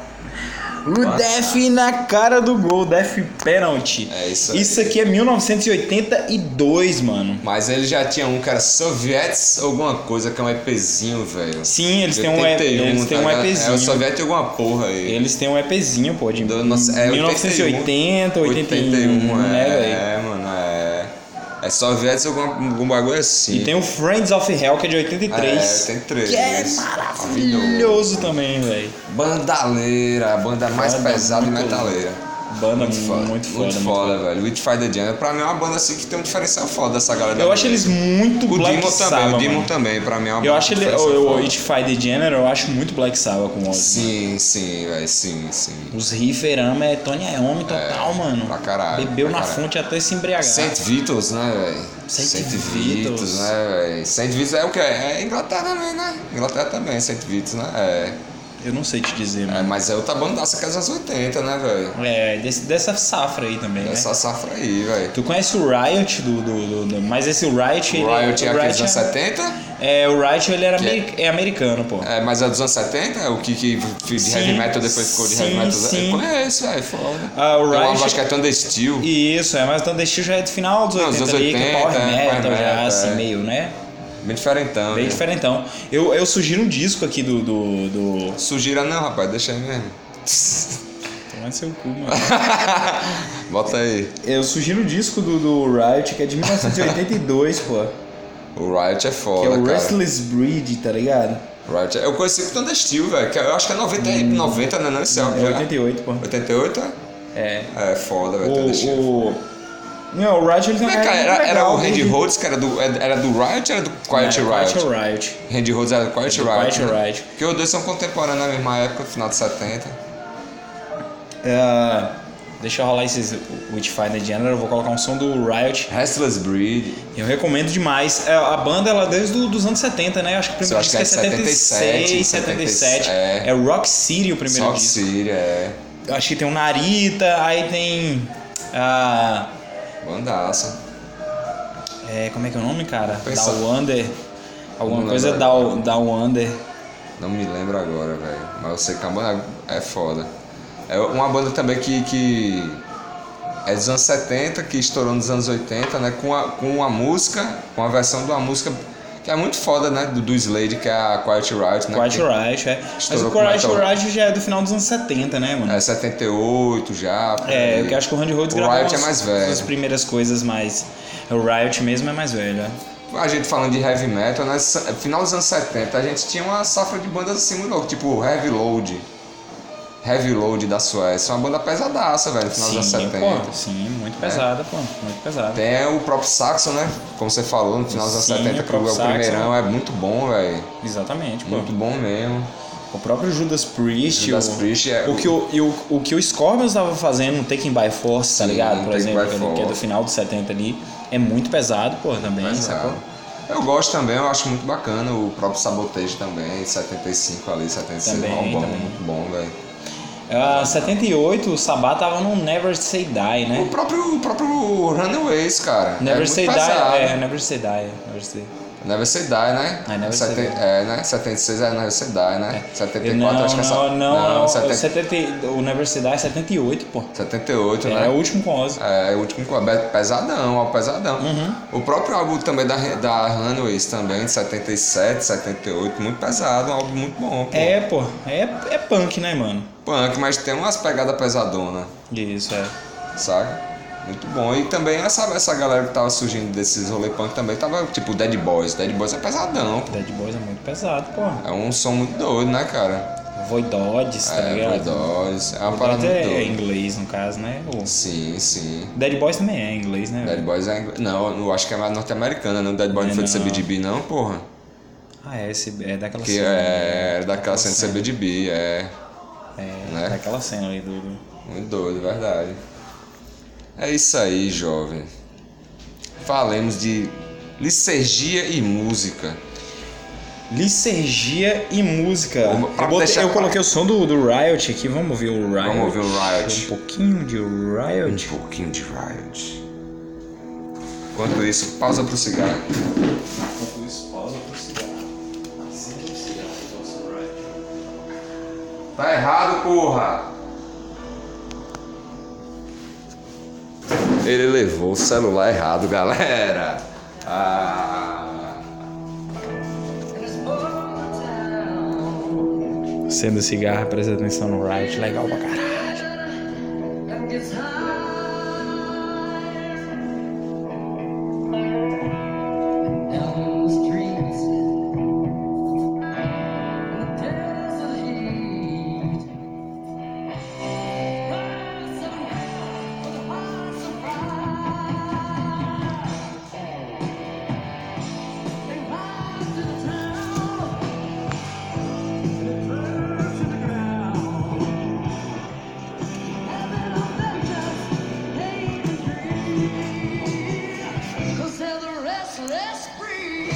O Death na cara do gol, Death Penalty. É isso aí. Isso aqui é 1982, mano. Mas ele já tinha um, cara, Soviets alguma coisa, que é um EPzinho, velho. Sim, eles têm um EP, 81, eles têm um ligado? É, EPzinho. o Soviet alguma porra aí. Eles têm um EPzinho, pô, de Do- nossa, é 1980, 81, né, é, velho? É, mano, é. É Soviets alguma, algum bagulho assim. E tem o Friends of Hell, que é de 83. É, um 83. Que é maravilhoso também, velho. Bandaleira, a banda mais Banda pesada e muito metaleira. Banda muito foda. Muito foda, muito velho. With Fire the Jam, pra mim é uma banda assim que tem um diferencial foda dessa galera. da Eu acho banda. eles muito O Black Demon Sabbath. também, o mano. Demon também, pra mim é uma Eu banda acho que ele, faz o, o foda. It Fight the General, eu acho muito Black Sabbath com o Ozzy. Sim, sim, velho, sim, sim. Os Riferama é Tony Iommi total, mano. pra caralho, Bebeu pra na caralho. fonte até se embriagar. Saint Vitus, né, velho? Saint Vitus. né, velho? Saint Vitus é o quê? É Inglaterra também, né? Inglaterra também, Saint Vitus, né? É. Eu não sei te dizer, É, mano. mas é outra bandaça que é dos anos 80, né, velho? É, desse- dessa safra aí também, né? Essa safra aí, velho. Tu conhece o Riot do... do, do- do- mas esse Riot... Riot é ele- o aqueles Riot anos é- 70? é, o Riot ele era ameri- é americano, pô. É, mas é dos anos 70? O que, que de Sim, heavy metal depois ficou de heavy sim, metal? sim. Eu conheço, velho, foda. Ah, o Eu Riot- acho que é Thunder Steel. E isso, é, mas o Thunder Steel já é do final dos Não, 80 dos ali, que é Power 80, é, Metal, Power já, Metal, assim, é. meio, né? Bem diferentão. Bem né? diferentão. Eu, eu sugiro um disco aqui do... do, do... Sugira não, rapaz, deixa aí mesmo. Toma seu cu, mano. Bota aí. Eu sugiro o disco do, do Riot, que é de 1982, pô. O Riot é Que é foda, o cara. Restless Breed, tá ligado? Riot é- Eu conheci o Thunder Steel, velho, que eu acho que é 90, e 90 né? Não, esse é o Hum. É 88, pô. 88? É. É foda, velho, Thunder Steel. O. o... Não, o Riot ele tem Como uma é que cara era, muito era legal, o Randy desde- Rhodes, que era do, era do Riot ou era do É, Quiet Riot? Quiet Riot. Randy Rhodes era do Quiet Do Riot. Quiet né? Riot. Porque os dois são contemporâneos na mesma época, final de 70. É, Deixa eu rolar esses Witchfinder General, eu vou colocar um som do Riot. Restless Breed. Eu recomendo demais. É, A banda, ela desde do- dos anos 70, né? Acho que o Eu primeiro acho disco que é é de 76, 77. 77, é. É Rock City o primeiro Só disco. Síria, é. Acho que tem o Narita, aí tem. Ah, Bandaça. é, como é que é o nome, cara? Pensa- Da Wander. Alguma Não coisa lembro da, da Wander. Não me lembro agora, velho. Mas eu sei que a banda é foda. É uma banda também que, que é dos anos 70, que estourou nos anos 80, né? Com, a, com uma música, com a versão de uma música que é muito foda, né? Do, do Slade, que é a Quiet Riot, né? Quiet Que- Riot, é. Mas o Estourou com Quiet Metal. Riot já é do final dos anos 70, né, mano? É 78 já. por É, aí. eu que acho que o Randy Rhodes O gravou Riot é umas- mais velho. umas primeiras coisas, mas o Riot mesmo é mais velho, é. A gente falando de heavy metal, né? sa- Final dos anos 70, a gente tinha uma safra de bandas assim muito louca, tipo Heavy Load, Heavy Load da Suécia, uma banda pesadaça, velho, final Sim, dos anos 70. pô, sim, muito pesada, pô, muito pesada. Tem o próprio Saxon, né? Como você falou, no final dos anos Sim, 70, o que é o próprio Saxon. primeirão, é muito bom, velho. Exatamente, pô. Muito bom mesmo. O próprio Judas Priest, Judas o, Priest é- o que o, e o, o que o Scorpions tava fazendo no Taking by Force, tá Sim, ligado? Por Taken exemplo, by que é- que é do Force. final dos 70 ali, é muito pesado, pô, também, sacou? Pesado. Eu gosto também, eu acho muito bacana o próprio Sabotejo também, 75 ali, 76, Também, um álbum também. muito bom, velho. Ah, 78, o Sabá tava no Never Say Die, O né? próprio, o próprio Runaways, cara. é Never muito Say pesado. Die, é, Never Say Die, Never Say Never Say Die, né? Ah, Never Say Seten- Die. É, né? 76 é Never Say Die, né? 74 não, acho que é essa- não, não, não, seten- 70 o Never Say Die é 78, pô. 78, É, né? o último com Ozzy. É, o último com é pesadão, ó, pesadão. Uhum. O próprio álbum também da, da Runaways também, de 77, 78, muito pesado, um álbum muito bom, pô. É, pô, é, é punk, né, mano? Punk, mas tem umas pegadas pesadonas, Isso, é. saca? Muito bom. E também essa, essa galera que tava surgindo desses rolê punk também tava, tipo, Dead Boys. Dead Boys é pesadão, pô. Dead Boys é muito pesado, pô. É um som muito doido, né, cara? Voidodes, tá é, ligado? Dead Boys, é uma parada Voidodes muito é, doida. inglês, no caso, né? O Sim, sim. Dead Boys também é inglês, né? Dead velho? Boys é... inglês. Não, eu acho que é mais norte-americana, não? Dead Boys não foi de É, Não. CBGB, não, porra? Ah, é, esse, é daquela Que cena. né? é era daquela Daquela cena de CBGB, é. É, tá. né? daquela cena ali do... do- Muito doido, verdade. É isso aí, jovem. Falemos de licergia e música. Licergia e música. Eu, Vamos- pra botei- deixar- eu coloquei o som do, do Riot aqui, vamos ouvir o Riot. Vamos ouvir o Riot. Um pouquinho de Riot. Um pouquinho de Riot. Enquanto isso, pausa pro cigarro. Tá errado, porra! Ele levou o celular errado, galera! Ah. Sendo cigarro, presta atenção no Riot, legal pra caralho. Restless free.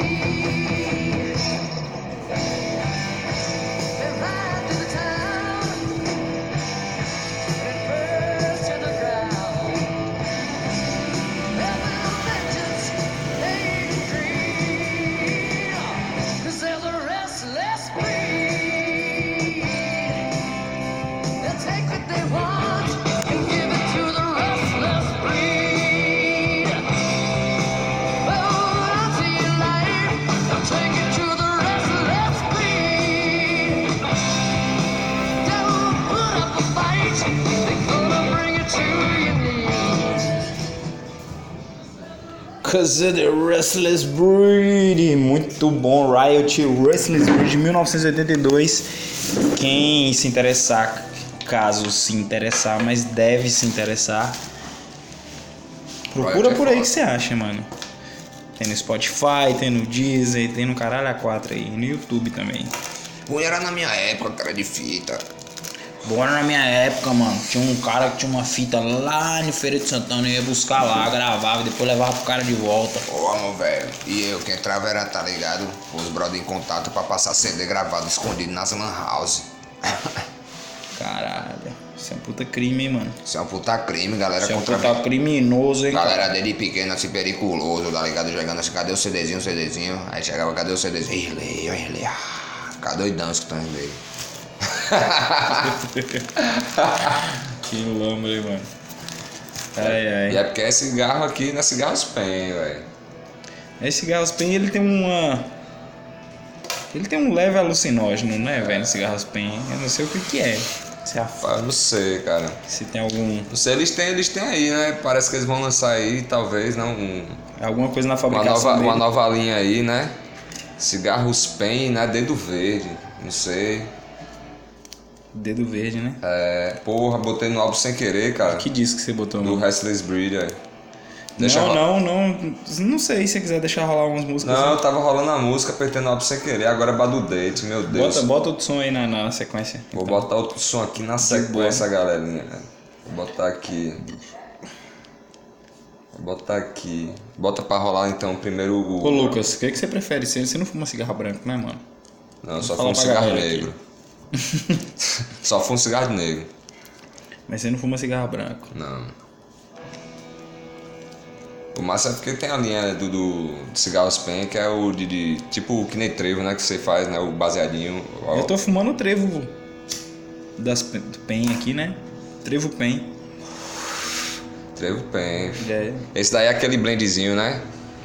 Surely see Take it to the restless breed. Don't put up a fight. They're gonna bring it to your knees. Cause of the Restless Breed, muito bom, Riot, Restless Breed, 1982. Quem se interessar, caso se interessar, mas deve se interessar, Riot procura é por aí foda. que você acha, mano. Tem no Spotify, tem no Deezer, tem no caralho A4 aí, no YouTube também. Ruim era na minha época, cara de fita. Bom, era na minha época, mano, tinha um cara que tinha uma fita lá no Feira de Santana, eu ia buscar lá, gravava, depois levava pro cara de volta. Ô, amor, velho. E eu que entrava era, tá ligado? Com os brother em contato pra passar CD gravado escondido nas lan house. Caralho. Isso é um puta crime, hein, mano. Isso é um puta crime, galera. Isso é um contra... puta criminoso, hein, cara. Galera desde pequena, assim, periculoso, tá ligado? Jogando assim, cadê o CDzinho, o CDzinho? Aí chegava, cadê o CDzinho? Irley, ó, Irley, ah, fica doidão escutando Irley. Que lombre, mano. Ai, E ai. é porque é cigarro aqui, na cigarros pen, velho. Esse Gaspem, ele tem uma. Ele tem um leve alucinógeno, né, velho? Esse Gaspem. Eu não sei o que que é. Se, é a f- Eu não sei, cara. se tem algum. Não sei, eles têm, eles têm aí, né? Parece que eles vão lançar aí, talvez, não, um- Alguma coisa na uma, fabricação nova, dele. uma nova linha aí, né? Cigarros pen, né? Dedo verde, não sei. Dedo verde, né? É, porra, botei no álbum sem querer, cara. Que disco que você botou? Do mano? Restless Breed aí. Deixa Não, rolar. não, não. Não sei se você quiser deixar rolar umas músicas. Não, eu tava rolando a música, apertei no álbum sem querer, agora é Badu Date, meu Deus. bota, bota outro som aí na, na sequência. Vou botar outro som aqui na sequência, né? galerinha. Vou botar aqui. Vou botar aqui. Bota pra rolar então primeiro Ô, o. Lucas, o que, que você prefere? Você, você não fuma cigarro branco, né, mano? Não, eu só fumo Fala pra cigarro galera aqui. negro. só fumo cigarro negro. Mas você não fuma cigarro branco. Não. O massa é porque tem a linha do, do cigarros pen, que é o de, de- Tipo o que nem trevo, né? Que você faz, né? O baseadinho. ó. Eu tô fumando o trevo das, pe- do PEN aqui, né? Trevo PEN. Trevo pen. É. Esse daí é aquele blendzinho, né?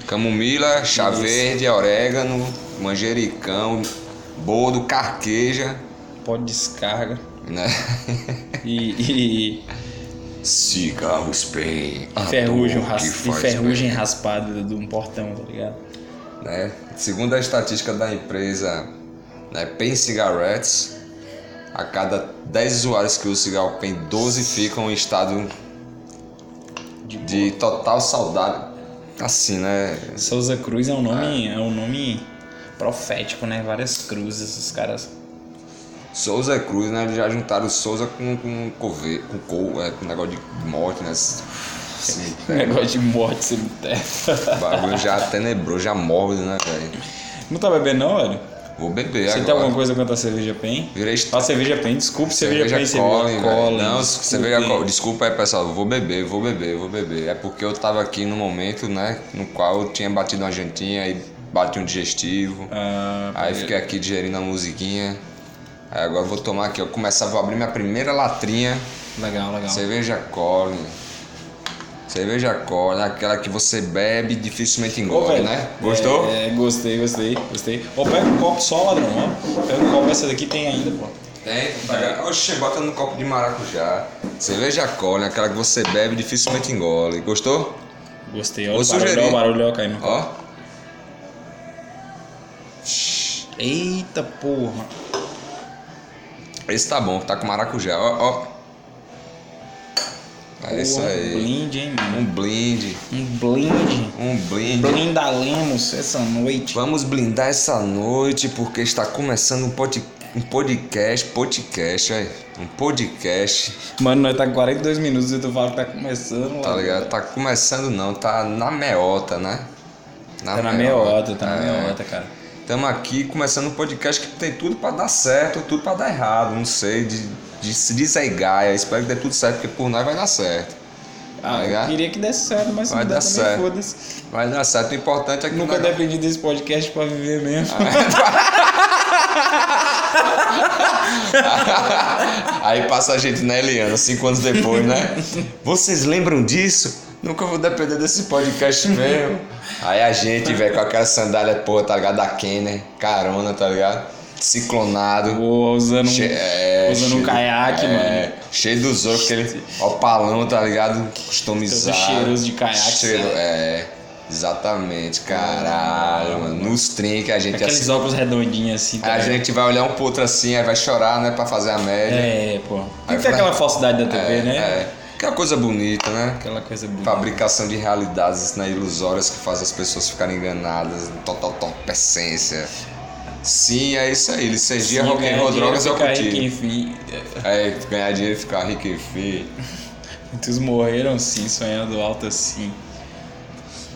Camomila, chá verde, orégano, manjericão, boldo, carqueja, Pó de descarga. né? E, e Cigarros bem. a ferrugem, dor ras- que e faz ferrugem raspada de um portão, tá ligado? bem, Né? Segundo a estatística da empresa né, Pen Cigarettes, a cada 10 usuários que usam cigarro Pen, 12 ficam em estado De de total saudade. Assim, né? Souza Cruz é um Ah. nome, é um nome profético, né? Várias cruzes, os caras. Souza Cruz, né? Eles já juntaram Souza com, com, cove, com, co, é, com negócio de morte, né? Esse Negócio de morte cemitério. bagulho já tenebroso, já mórbido, né, velho? Não tá bebendo, não, velho? Vou beber Você É agora. tem alguma coisa contra a cerveja PEN? Virei est- Ah, cerveja PEN, desculpa, cerveja, PEN, cerveja Colin, cerveja velho. Colin. Não, desculpa, cerveja hein? Colin. Desculpa aí, pessoal. Vou beber, vou beber, vou beber. É porque eu tava aqui no momento, né? No qual eu tinha batido uma jantinha e bati um digestivo. Ah, Aí fiquei aqui digerindo a musiquinha. Aí agora eu vou tomar aqui. Eu começar, vou abrir minha primeira latrinha. legal, legal. Cerveja Colin. Cerveja Colin, aquela que você bebe e dificilmente Ô, engole, velho, né? Gostou? É, é, gostei, gostei, gostei. Ô, pega um copo só, ladrão, ó. Pega um copo, essa daqui tem ainda, pô. Tem. Pega. Oxê, Né? bota no copo de maracujá. Cerveja Colin, aquela que você bebe e dificilmente engole. Gostou? Gostei, ó. Vou o barulho, sugerir. ó, o barulho, ó, caindo. Ó. Eita porra. Esse tá bom, tá com maracujá. Ó, ó. É isso Porra, Um aí. blind, hein, mano. Um blind. Um blind. Um blind. Blindaremos essa noite. Vamos blindar essa noite porque está começando um, pod... um podcast, podcast, aí, um podcast, Mano, nós tá com 42 minutos e tu fala que tá começando. tá ladrão. ligado? Tá começando não, tá na meota, né? Tá na meia hora, tá na é. meia hora, cara. Tamo aqui começando um podcast que tem tudo pra dar certo, tudo pra dar errado, não sei, de, de se desaigar, espero que dê tudo certo, porque por nós vai dar certo. Ah, Tá ligado? eu queria que desse certo, mas se Vai não dar der também, certo. foda-se. Vai dar certo, o importante é que Nunca nós- dependi desse podcast pra viver mesmo. Aí passa a gente na Eliana, cinco anos depois, né? Vocês lembram disso? Nunca vou depender desse podcast mesmo. Aí a gente, velho, com aquela sandália, porra, tá ligado? Da Kenner, carona, tá ligado? Ciclonado. Pô, usando um, Che- é, usando cheio- um caiaque, é, mano. Cheio dos outros, aquele opalão, tá ligado? Customizado. Todo cheiroso de caiaque, Cheiro, sabe? é. Exatamente, caralho, mano. Nos trinques a gente Aqueles assim. óculos redondinhos assim. tá A ligado? gente vai olhar um pro outro assim, aí vai chorar, né? Pra fazer a média. É, pô. Tem Aí que ter pra- aquela falsidade da TV, É, né? é. Que é uma coisa bonita, né? Aquela coisa bonita. Fabricação de realidades né, ilusórias que faz as pessoas ficarem enganadas, total torpecência. Sim, é isso aí. Licencia, Sim, rock and ganhar roll, dinheiro, drogas é o ficar rico, contigo. enfim. É, ganhar dinheiro e ficar rico e fi. Muitos é, morreram sim, sonhando alto assim.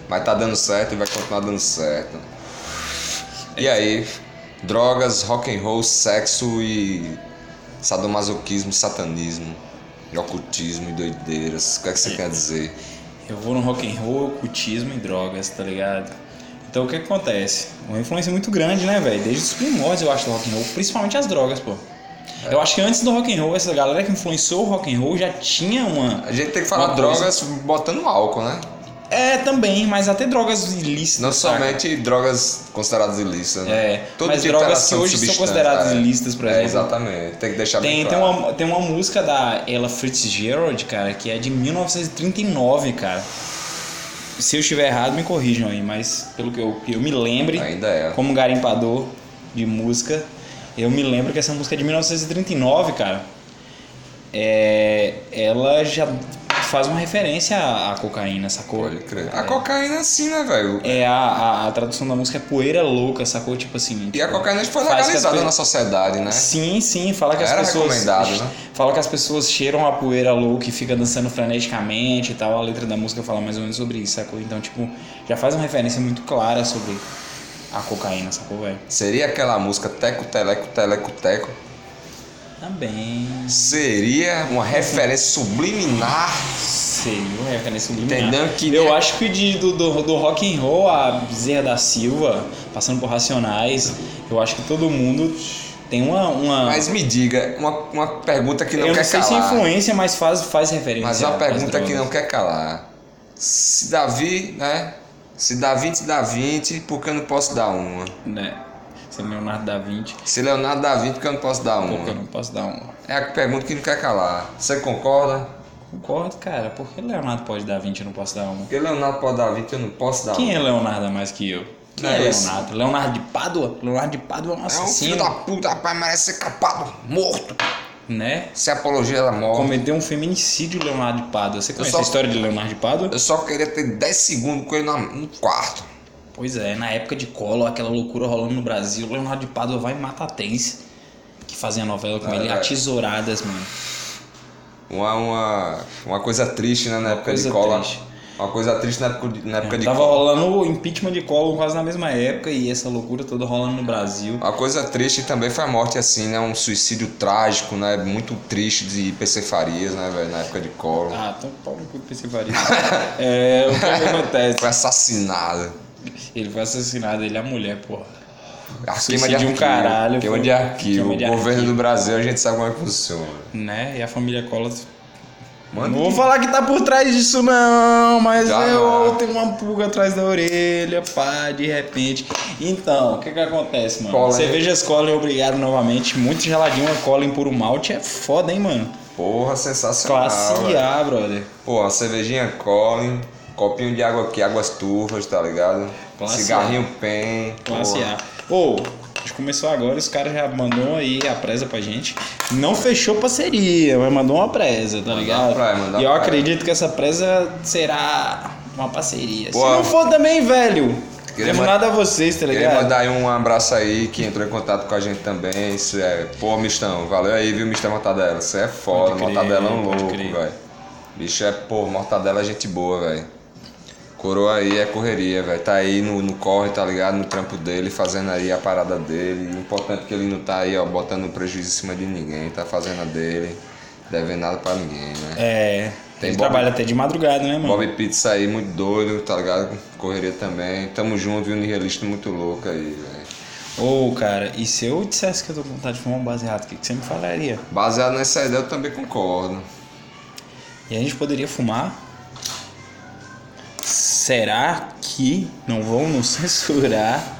Mas tá dando certo e vai continuar dando certo. E aí, drogas, rock and roll, sexo e Sadomasoquismo, satanismo, e ocultismo e doideiras. O que é que você quer dizer? Eu vou no rock and roll, ocultismo e drogas, tá ligado? Então o que, que acontece? Uma influência muito grande, né, velho? Desde os primórdios, eu acho, do rock and roll, principalmente as drogas, pô. É. Eu acho que antes do rock and roll, essa galera que influenciou o rock and roll já tinha uma A gente tem que falar Uma coisa- drogas botando álcool, né? É, também, mas até drogas ilícitas. Não saca? somente drogas consideradas ilícitas, né? É, mas de drogas que interação de hoje são substância, consideradas é. ilícitas, por É, exemplo. exatamente. é. Tem que deixar Tem, bem tem, claro. uma, tem uma música da Ella Fitzgerald, cara, que é de 1939, cara. Se eu estiver errado, me corrijam aí, mas pelo que eu, que eu me lembre, Ainda é. como garimpador de música, eu me lembro que essa música é de 1939, cara. É, ela já faz uma referência à, à cocaína, sacou? Pode crer. A cocaína assim, né, velho? É, a, a, a tradução da música é poeira louca, sacou? Tipo assim. E a tipo, cocaína foi faz que é as legalizada pe- na sociedade, né? Sim, sim, fala que Era as pessoas. recomendado, né? Fala que as pessoas cheiram a poeira louca e fica dançando freneticamente e tal. A letra da música fala mais ou menos sobre isso, sacou? Então, tipo, já faz uma referência muito clara sobre a cocaína, sacou, velho? Seria aquela música Teco Teleco Teleco Teco? Tá bem. Seria uma referência subliminar? Seria uma referência subliminar. Entendeu? Que Eu nem- é- acho que de, do, do, do rock and roll a Bezerra da Silva, passando por Racionais, eu acho que todo mundo tem uma. uma... Mas me diga, uma, uma pergunta que não eu quer não sei se é calar. influência, mas faz, faz referência. Mas uma às pergunta que drogas. não quer calar. Se Davi, né? Se dá 20, dá 20, por que eu não posso dar uma? né? Ser Leonardo da Vinci, Se Leonardo dá 20, por que eu não posso dar porque eu uma? não posso dar um. É a pergunta que não quer calar. Você concorda? Concordo, cara. Por que Leonardo pode dar 20 e eu não posso dar um? Porque Leonardo pode dar 20, eu não posso dar Quem uma. é Leonardo a mais que eu? Quem Não é, é isso. Leonardo? Leonardo de Pádua? Leonardo de Pádua é um É um filho assassino, da puta, rapaz, merece ser capado, morto. né? Se apologia da morte. Cometeu um feminicídio Leonardo de Pádua. Você conhece só- a história de Leonardo de Pádua? Eu só queria ter 10 segundos com ele na- no quarto. Pois é, na época de Collor, aquela loucura rolando no Brasil, Leonardo de Pádua vai e mata a Tense, que fazia novela com É, ele, é. a tesouradas, mano. Uma, uma, uma coisa triste, né, na época coisa de cola. triste. É, Uma coisa triste na época de, na época de Tava cola. rolando o impeachment de Collor quase na mesma época e essa loucura toda rolando no Brasil. Uma coisa triste também foi a morte, assim, né? Um suicídio trágico, né? Muito triste de PC Farias, né, velho? Na época de colo. Ah, então pau no cu do PC Faria. é, o que acontece? Foi assassinado. Ele foi assassinado, ele é a mulher, porra. Arquema de Suicídio um arquivo. caralho, Queima foi- de arquivo. queima de o governo arquivo. do Brasil, a gente sabe como é que funciona. Né? E a família Collor. Mano, não vou falar que tá por trás disso, não, mas Tá, eu mano. tenho uma pulga atrás da orelha, pá, de repente. Então, o que que acontece, mano? Cola, hein? Cervejas Collor, obrigado novamente. Muito geladinho, uma cola em puro malte é foda, hein, mano? Porra, sensacional. Classe Ah, velho. A, brother. Pô, uma cervejinha Colin, copinho de água aqui, águas turvas, tá ligado? Classe Cigarrinho pen. Classe porra. A. Ô, a gente começou agora, os caras já mandou aí a presa pra gente. Não fechou parceria, mas mandou uma presa, tá ligado? uma praia, mandou e eu uma praia. acredito que essa presa será uma parceria. Boa. Se não for também, velho, Queria devo man- nada a vocês, tá Queria ligado? mandar aí um abraço aí que entrou em contato com a gente também. Isso é. Pô, Mistão, valeu aí, viu, Mistão Mortadela? Você é foda, Pode crer, Mortadela é um pode louco, crer. velho. Bicho é, pô, Mortadela é gente boa, velho. Coroa aí é correria, velho. Tá aí no, no corre, tá ligado? No trampo dele, fazendo aí a parada dele. E o importante é que ele não tá aí, ó, botando prejuízo em cima de ninguém. Tá fazendo a dele, devendo nada pra ninguém, né? É. Tem ele Bob- trabalha até de madrugada, né, mano? Bob Pizza aí, muito doido, tá ligado? Correria também. Tamo junto, viu? Nihilista muito louco aí, velho. Ô, cara, e se eu dissesse que eu tô com vontade de fumar um baseado, o que, que você me falaria? Baseado nessa ideia, eu também concordo. E a gente poderia fumar? Será que não vão nos censurar?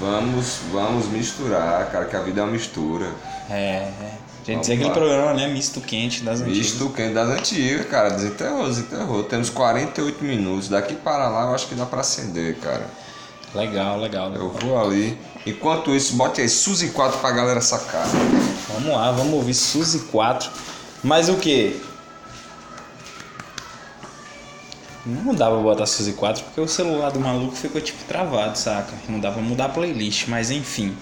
Vamos, vamos misturar, cara, que a vida é uma mistura. É, é. Gente, Vamos tem aquele lá. programa, né? Misto quente das antigas. Misto quem das antigas, cara. Desenterrou, desenterrou. Temos 48 minutos. Daqui para lá eu acho que dá pra acender, cara. Legal, legal. Eu vou ali. Enquanto isso, bote aí Suzy 4 pra galera sacar. Vamos lá, vamos ouvir Suzy 4. Mas o que? Não dá pra botar Suzy 4 porque o celular do maluco ficou tipo travado, saca? Não dá pra mudar a playlist, mas enfim.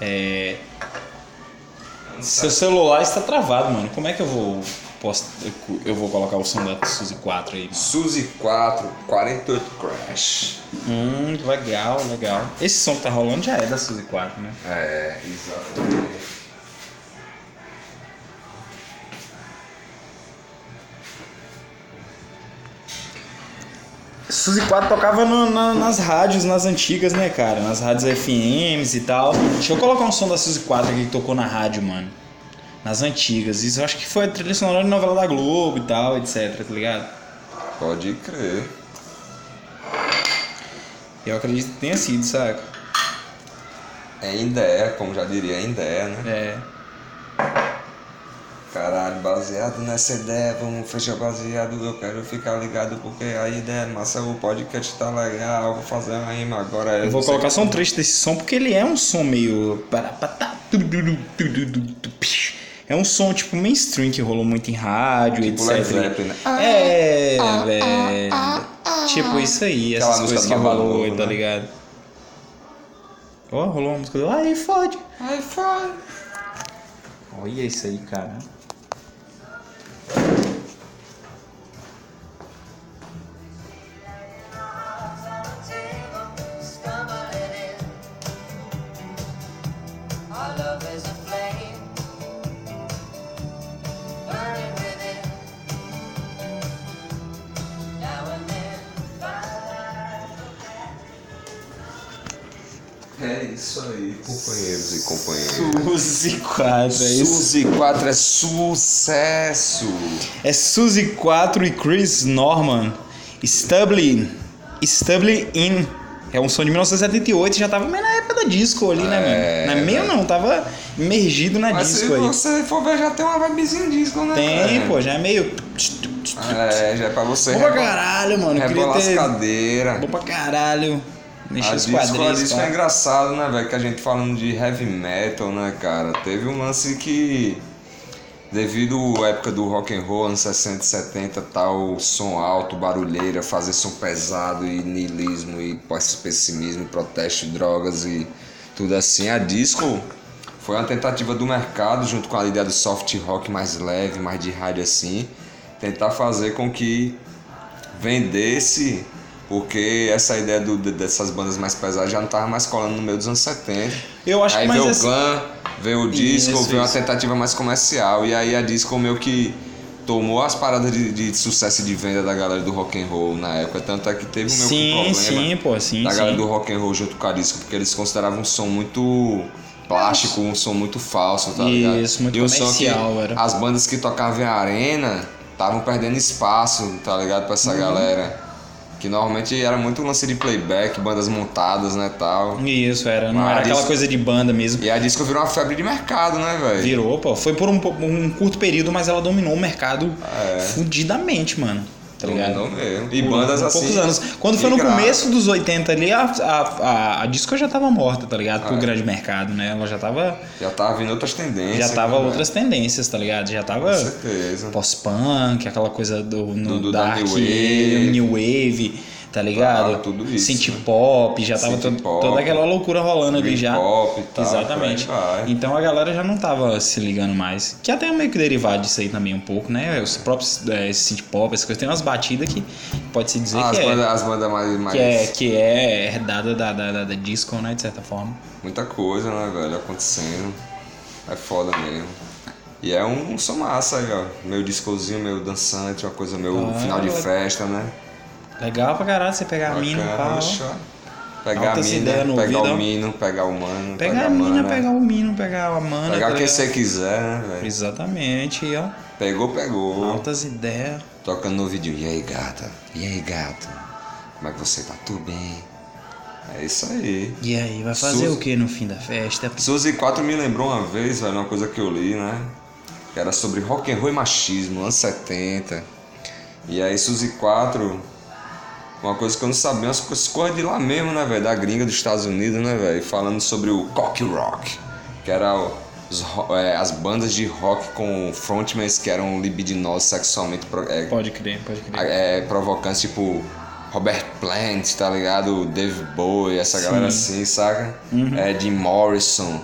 É. Seu celular está travado, mano. Como é que eu vou. post- Eu vou colocar o som da Suzy 4 aí, mano? Suzy 4, 48 Crash. Hum, legal, legal. é Esse som que tá rolando já é da Suzy 4, né? É, exatamente. Suzy 4 tocava na- na- nas rádios, nas antigas, né, cara? Nas rádios FMs e tal. Deixa eu colocar um som da Suzy 4 aqui que tocou na rádio, mano. Nas antigas. Isso eu acho que foi a trilha sonora de novela da Globo e tal, etc, tá ligado? Pode crer. Eu acredito que tenha sido, saca? Ainda é, como já diria, ainda é, né? É. Caralho, baseado nessa ideia, vamos fechar o baseado. Eu quero ficar ligado porque a ideia é massa. O podcast tá legal, vou fazer uma rima agora. Eu vou não sei- colocar só um trecho desse som porque ele é um som meio. tá, parapatá, tududu, tududu, tupish. É um som tipo mainstream que rolou muito em rádio, Tipo Led etc. Zeppelin, né? É, velho. Tipo isso aí, Aquela essas música do coisas que Babado rolou, Ovo, tá né? ligado? Ó, rolou uma música do. Aí fode! Ai, foi. Olha isso aí, cara. Our love is a flame, burning within. Now and then, É isso aí, companheiros e companheiras. Suzy 4, é isso. Suzy 4 é sucesso. É Suzy 4 e Chris Norman. Stubbly. Stubbly In. É um som de 1978, já tava meio na época da disco ali, né, É, mano? Não é meio não, tava imergido na Mas se É disco aí. você for ver, já tem uma vibezinha disco, né? Tem, cara? pô, já é meio. É, já é pra você Bom pra rebo- caralho, mano. Queria rebolar as ter. cadeiras. Bom pra caralho. Mexer A os disco, a quadris. disco pá. é engraçado, né, velho? Que a gente falando de heavy metal, né, cara? Teve um lance que, devido à época do rock and roll, anos 60 e 70, tal, som alto, barulheira, fazer som pesado e niilismo e pessimismo, protesto, drogas e tudo assim. A disco foi uma tentativa do mercado, junto com a ideia do soft rock mais leve, mais de rádio assim, tentar fazer com que vendesse, porque essa ideia do, de- dessas bandas mais pesadas já não tava mais colando no meio dos anos 70. Eu acho que aí mais veio essa- o glam, veio o disco, Isso, veio uma isso. tentativa mais comercial, e aí a disco meio que tomou as paradas de, de sucesso e de venda da galera do rock and roll na época, tanto é que teve o meu Sim, problema sim, pô, sim. da galera sim. do rock and roll junto com a disco, porque eles consideravam um som muito plástico, um som muito falso, tá ligado? Isso, muito e um som comercial, que era. As bandas que tocavam em arena estavam perdendo espaço, tá ligado? Pra Uhum. essa galera. Que normalmente era muito lance de playback, bandas montadas, né, tal. Isso, era. Não Ah, era aquela disco- coisa de banda mesmo. E a disco virou uma febre de mercado, né, velho? Virou, pô. Foi por um, po- um curto período, mas ela dominou o mercado É. fudidamente, mano. Tá ligado? Dominou mesmo. E Por bandas assim. poucos anos. Quando de foi no graça. começo dos 80 ali, a, a, a, a disco já tava morta, tá ligado? Pro É. grande mercado, né? Ela já tava. Já tava vindo outras tendências. Já tava né, outras tendências, tá ligado? Já tava. velho? Com certeza. Pós-punk, aquela coisa do, no Do- do- da dark, new wave. new wave, tá ligado? Claro, tudo isso, Synth né? pop, já tava Synth to- pop, toda aquela loucura rolando ali Dream já. Pop e tal. Exatamente. por aí vai. Então a galera já não tava se ligando mais. Que até é meio que derivado disso aí também um pouco, né? Os próprios é, synth pop, essas coisas, tem umas batidas que pode se dizer Ah, as que, bandas, é, as bandas mais. mais... que é que é herdada da, da, da, da disco, né? De certa forma. muita coisa, né, velho, acontecendo. É foda mesmo. E é um, som massa aí, ó. Meio discozinho, meio dançante, uma coisa meio Ah, final de le- festa, né? Legal pra caralho você pegar a mina, Bacana, pá, ó. deixa, ó. Pegar a Altas ideias mina, no pegar ouvido, ó. o mino, pegar o mano, Pegar a mina, mana, pegar o mino, pegar a mana. pegar tá quem ligado? você quiser, né, velho? Exatamente, e ó. Pegou, pegou. Altas ideias. Tocando no vídeo. E aí, gata? E aí, gato? Como é que você tá? Tudo bem? É isso aí. E aí, vai fazer Sus- o que no fim da festa? Suzy 4 me lembrou uma vez, velho, uma coisa que eu li, né? Que era sobre rock and roll e machismo, anos 70. E aí Suzy 4, uma coisa que eu não sabia, umas coisas coisas de lá mesmo, né, velho? Da gringa dos Estados Unidos, né, velho? Falando sobre o cock rock, que era o- os ro- é, as bandas de rock com frontmans que eram libidinosos sexualmente pro- é, Pode crer, pode crer. é, provocantes tipo Robert Plant, tá ligado? Dave Bowie, essa galera assim, saca? Uhum. É, Jim Morrison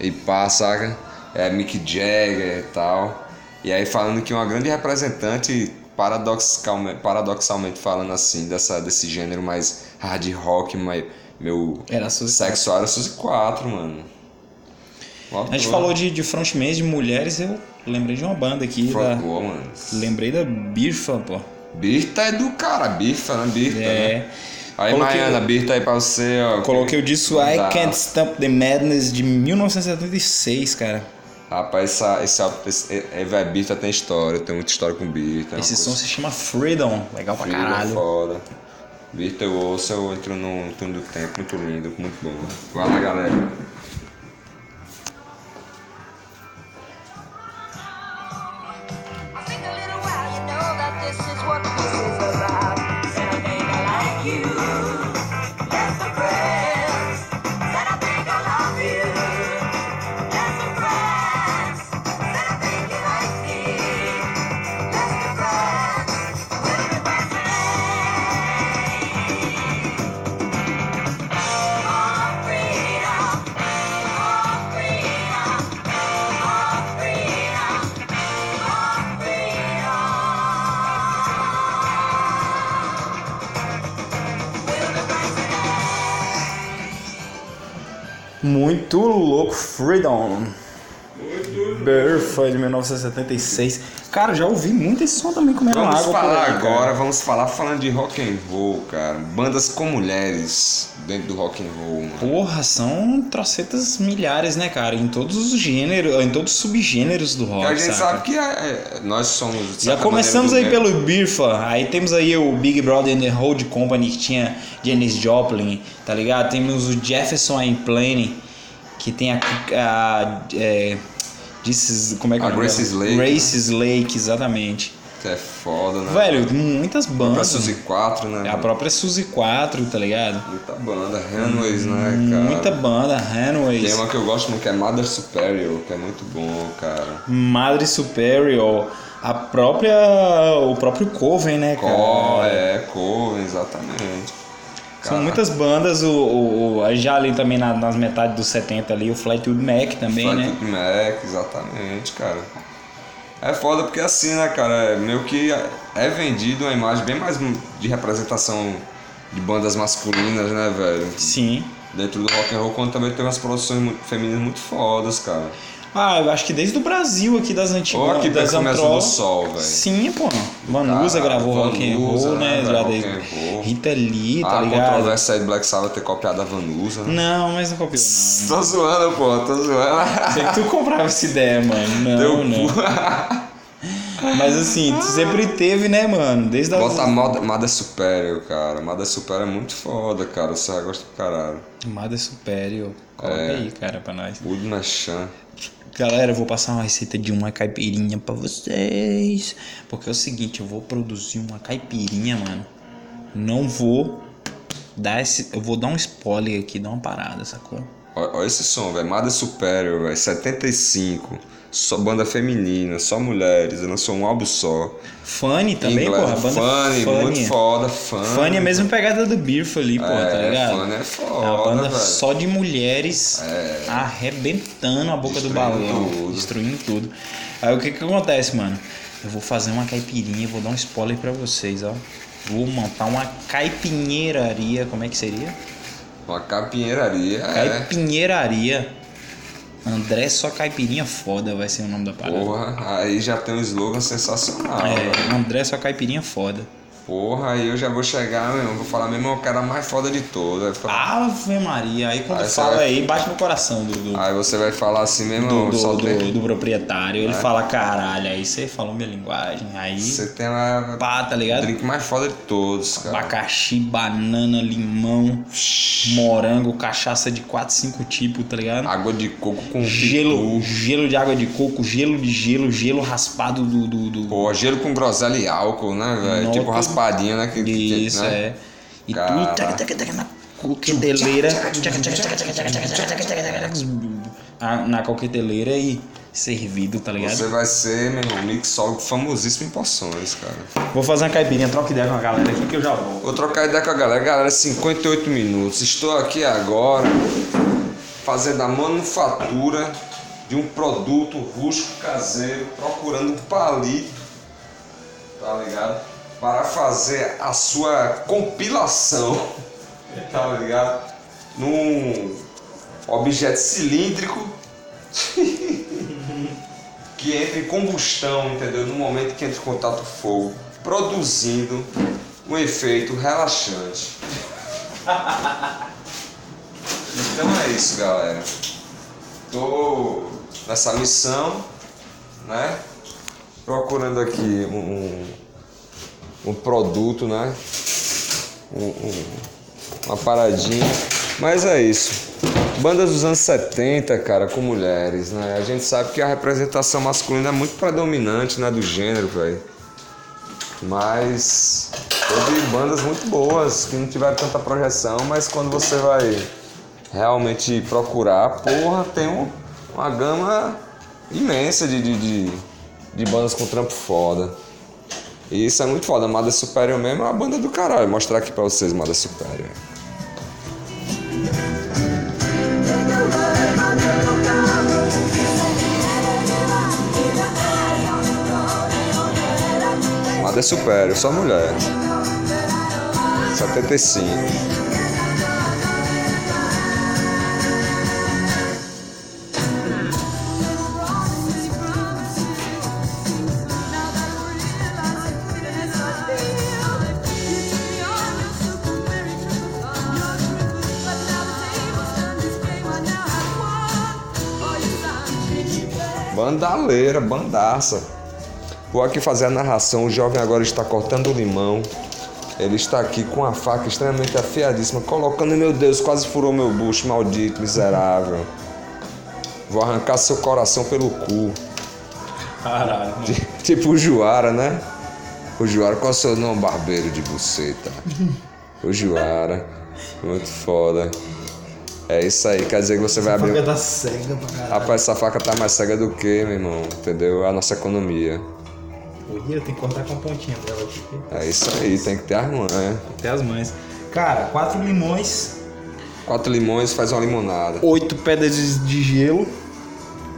e pá, saca? É, Mick Jagger e tal. E aí falando que uma grande representante, paradoxalmente, paradoxalmente falando assim, dessa, desse gênero mais hard rock, mais, meu Era a Suzy sexual, era Suzy 4, mano. A gente falou de, de frontmans de mulheres, eu lembrei de uma banda aqui. Front Da, Woman. lembrei da Birfa, pô. Birta é do cara, Birta, né? Birta, né? É. Aí, Coloquei- Mariana, Birta aí pra você, ó. Coloquei o disco I Tá. Can't Stump the Madness de 1976, cara. É Rapaz, essa, essa, esse, é, é, véi, Birta tem história, tem muita história com Birta. é uma Esse coisa som se chama Freedom. Legal pra incrível, caralho. Foda. Birta eu ouço, eu entro no turno do tempo, muito lindo, muito bom. Vai lá, galera. I think a little while, you know that this is what this is about. Said I think I like you. That's the press. Said I think I love you. That's the press. Said I think you like me. That's the press. Tell me what's your name. Oh, freedom. Oh, freedom. Oh, freedom. Muito louco, Freedom. Burr foi de 1976. Cara, já ouvi muito esse som também comendo Vamos água. por falar aí, cara. agora, vamos falar falando de rock and roll, cara. Bandas com mulheres dentro do rock and roll, mano. Porra, são trocetas milhares, né, cara? Em todos os gêneros, em todos os subgêneros do rock, a gente saca? sabe que é- é- nós somos. de Já certa começamos aí maneira, do pelo Birfa, aí temos aí o Big Brother and the Road Company, que tinha Janis Joplin, tá ligado? Temos o Jefferson Airplane, que tem a... a é, disse, como é que A é o nome Grace dela? Slake, Grace Slake, exatamente. mesmo, Que é foda, né? Velho, muitas Pra bandas. Suzy 4, né? É A própria Suzy 4, tá ligado? Muita banda, Runaways, né, cara? Hum, Muita banda, Tem Runaways. uma que eu gosto muito que é Mother Superior, que é muito bom, cara. Madre Superior, a própria. o próprio Coven, né, cara? Co é, Coven, exatamente. São muitas bandas, o, o, o- já ali também na- nas metades dos 70 ali, o Flatwood Mac também, Flight né? of Mac, exatamente, cara. É foda porque assim, né, cara, é meio que é vendido uma imagem bem mais de representação de bandas masculinas, né, velho? Sim. Dentro do rock and roll, quando também tem umas produções mu- femininas muito fodas, cara. Ah, eu acho que desde o Brasil aqui das antigas. Ou aqui das pelo começo antro- do sol, velho. Sim, pô. Vanusa Cara, gravou rock and Vanusa, roll, né? né, Já velho, desde rock and roll. Rita Lee, tá ah, a ligado? Hum. controvérsia aí do Black Sabbath ter copiado a Vanusa. né? Não, mas não copiou, não. Tô zoando, pô, tô zoando. Sei que tu comprava essa ideia, mano. Não, né? Deu não. cu. Mas assim, tu sempre teve, né, mano? Desde a. Bota a Mada, Mada Superior, cara. Mada Superior é muito foda, cara. Você já gosta do caralho. Mada Superior. é Coloca É. aí, cara, pra nós. Udna Chan. Galera, eu vou passar uma receita de uma caipirinha pra vocês. Porque é o seguinte, eu vou produzir uma caipirinha, mano. Não vou dar esse. Eu vou dar um spoiler aqui, dar uma parada, sacou? Olha esse som, velho. Mada Superior, velho. 75. Só banda feminina, só mulheres. Lançou um álbum só. Funny também, Inglés, porra. A banda Funny, muito foda. Funny. Funny é a mesma pegada do Birfa ali, porra, tá É, ligado? Funny é É uma foda, banda velho. só de mulheres arrebentando a boca do É. Destruindo balão, tudo. destruindo tudo. Aí o que que acontece, mano? Eu vou fazer uma caipirinha, vou dar um spoiler pra vocês, ó. Vou montar uma caipinheiraria, como é que seria? Uma capinheiraria, é. Caipinheiraria. André só caipirinha foda vai ser o nome da parada. Porra, aí já tem um slogan sensacional, velho. É, André só caipirinha foda. Porra, aí eu já vou chegar, meu irmão. Vou falar mesmo, é o cara mais foda de todos. Vai ficar- Ave Maria, aí quando Aí você fala vai- aí, bate no coração do, do, Aí você vai falar assim mesmo, do, só Ah. do, tem... do- do proprietário. Ele fala caralho, aí você falou minha linguagem. Aí Você tem a pá, tá ligado? drink mais foda de todos, cara. Abacaxi, banana, limão, morango, cachaça de 4, 5 tipos, tá ligado? Água de coco Ah, com Gelo, pitu. gelo de água de coco, gelo de gelo, gelo raspado do. do, do- Pô, gelo com groselha e álcool, né, velho? Não, Tipo tudo- raspadinha, né? Que, que- Isso, né? é. E Cara. tudo tac, tac, tac, na coqueteleira. Ah, Na coqueteleira e servido, tá ligado? Você vai ser, meu irmão, mixólogo famosíssimo em poções, cara. Vou fazer uma caipirinha, troca ideia com a galera aqui que eu já volto. Vou trocar ideia com a galera. Galera, 58 minutos. Estou aqui agora fazendo a manufatura de um produto rústico caseiro, procurando um palito, tá ligado? Para fazer a sua compilação, tá ligado? Num objeto cilíndrico que entra em combustão, entendeu? No momento que entra em contato com fogo. produzindo um efeito relaxante. Então é isso, galera. Tô nessa missão, né? Procurando aqui um, um, um produto, né? Um- um- uma paradinha. Mas é isso. Bandas dos anos 70, cara, com mulheres, né? A gente sabe que a representação masculina é muito predominante, né? Do gênero, velho. Mas teve bandas muito boas que não tiveram tanta projeção, mas quando você vai realmente procurar, porra, tem um- uma gama imensa de, de, de, de bandas com trampo foda. E isso é muito foda. Mada Superior mesmo é uma banda do caralho. Vou mostrar aqui pra vocês Mada Superior. Mada Superior, é só mulher. 75. Bandaleira, bandaça. Vou aqui fazer a narração. O jovem agora está cortando o limão. Ele está aqui com a faca extremamente afiadíssima, colocando, meu Deus, quase furou meu bucho, maldito, miserável. Vou arrancar seu coração pelo cu. Caralho, mano. Tipo o Juara, né? O Juara, qual é o seu nome? Barbeiro de buceta. O Juara. Muito foda. É isso aí, quer dizer que você vai abrir. Faca da cega pra caralho. Rapaz, essa faca tá mais cega do que, meu irmão. Entendeu? É A nossa economia. Olha, tem que cortar com a pontinha dela aqui. É isso aí, tem que ter as manhas. né? Até as mães. Cara, quatro limões, Quatro limões faz uma limonada. oito pedras de, de gelo,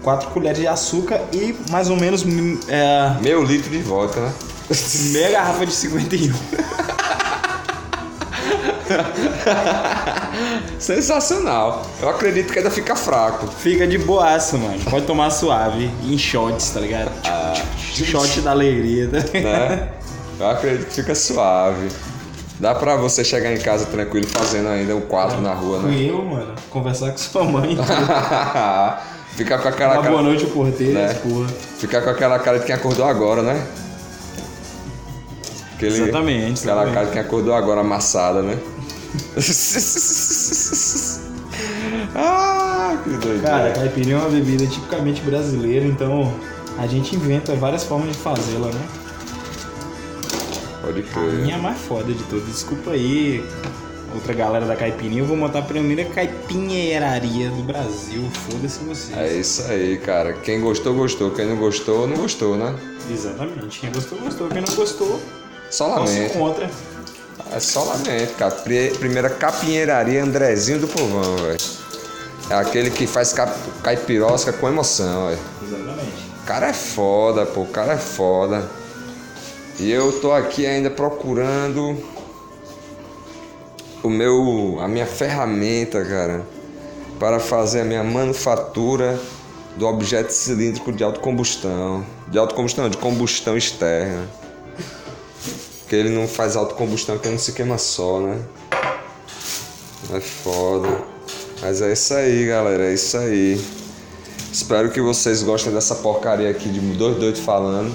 quatro colheres de açúcar e mais ou menos hum, é, Meio litro de vodka, né? meia garrafa de 51. Sensacional. Eu acredito que ainda fica fraco. Fica de boaça, mano. Pode tomar suave. Em shots, tá ligado? Ah, Shot da alegria, tá ligado? né? Eu acredito que fica suave. Dá pra você chegar em casa tranquilo fazendo ainda o quadro na rua, né? Com eu, mano. Conversar com sua mãe. ficar com aquela Dar boa cara, noite, o porteiro, Né? porra. ficar com aquela cara de quem acordou agora, né? Aquele, Exatamente, Aquela exatamente. cara de quem acordou agora amassada, né? ah, que doideira. Cara, caipirinha é uma bebida tipicamente brasileira, então a gente inventa várias formas de fazê-la, né? Pode A crer. minha é a mais foda de todas. Desculpa aí, outra galera da caipirinha. Eu vou montar a primeira caipinheiraria do Brasil. Foda-se vocês. É isso aí, cara. Quem gostou, gostou. Quem não gostou, não gostou, né? Exatamente. Quem gostou, gostou. Quem não gostou, Só não se lamento. encontra. É só lamento, cara. Pri- Primeira capinheiraria Andrezinho do Povão, velho. É aquele que faz cap... caipirosca com emoção, velho. Exatamente. O cara é foda, pô. O cara é foda. E eu tô aqui ainda procurando o meu. a minha ferramenta, cara, para fazer a minha manufatura do objeto cilíndrico de autocombustão. De autocombustão, não, de combustão externa. Porque ele não faz autocombustão que não se queima só, né? É foda. Mas é isso aí, galera. É isso aí. Espero que vocês gostem dessa porcaria aqui de dois doidos falando.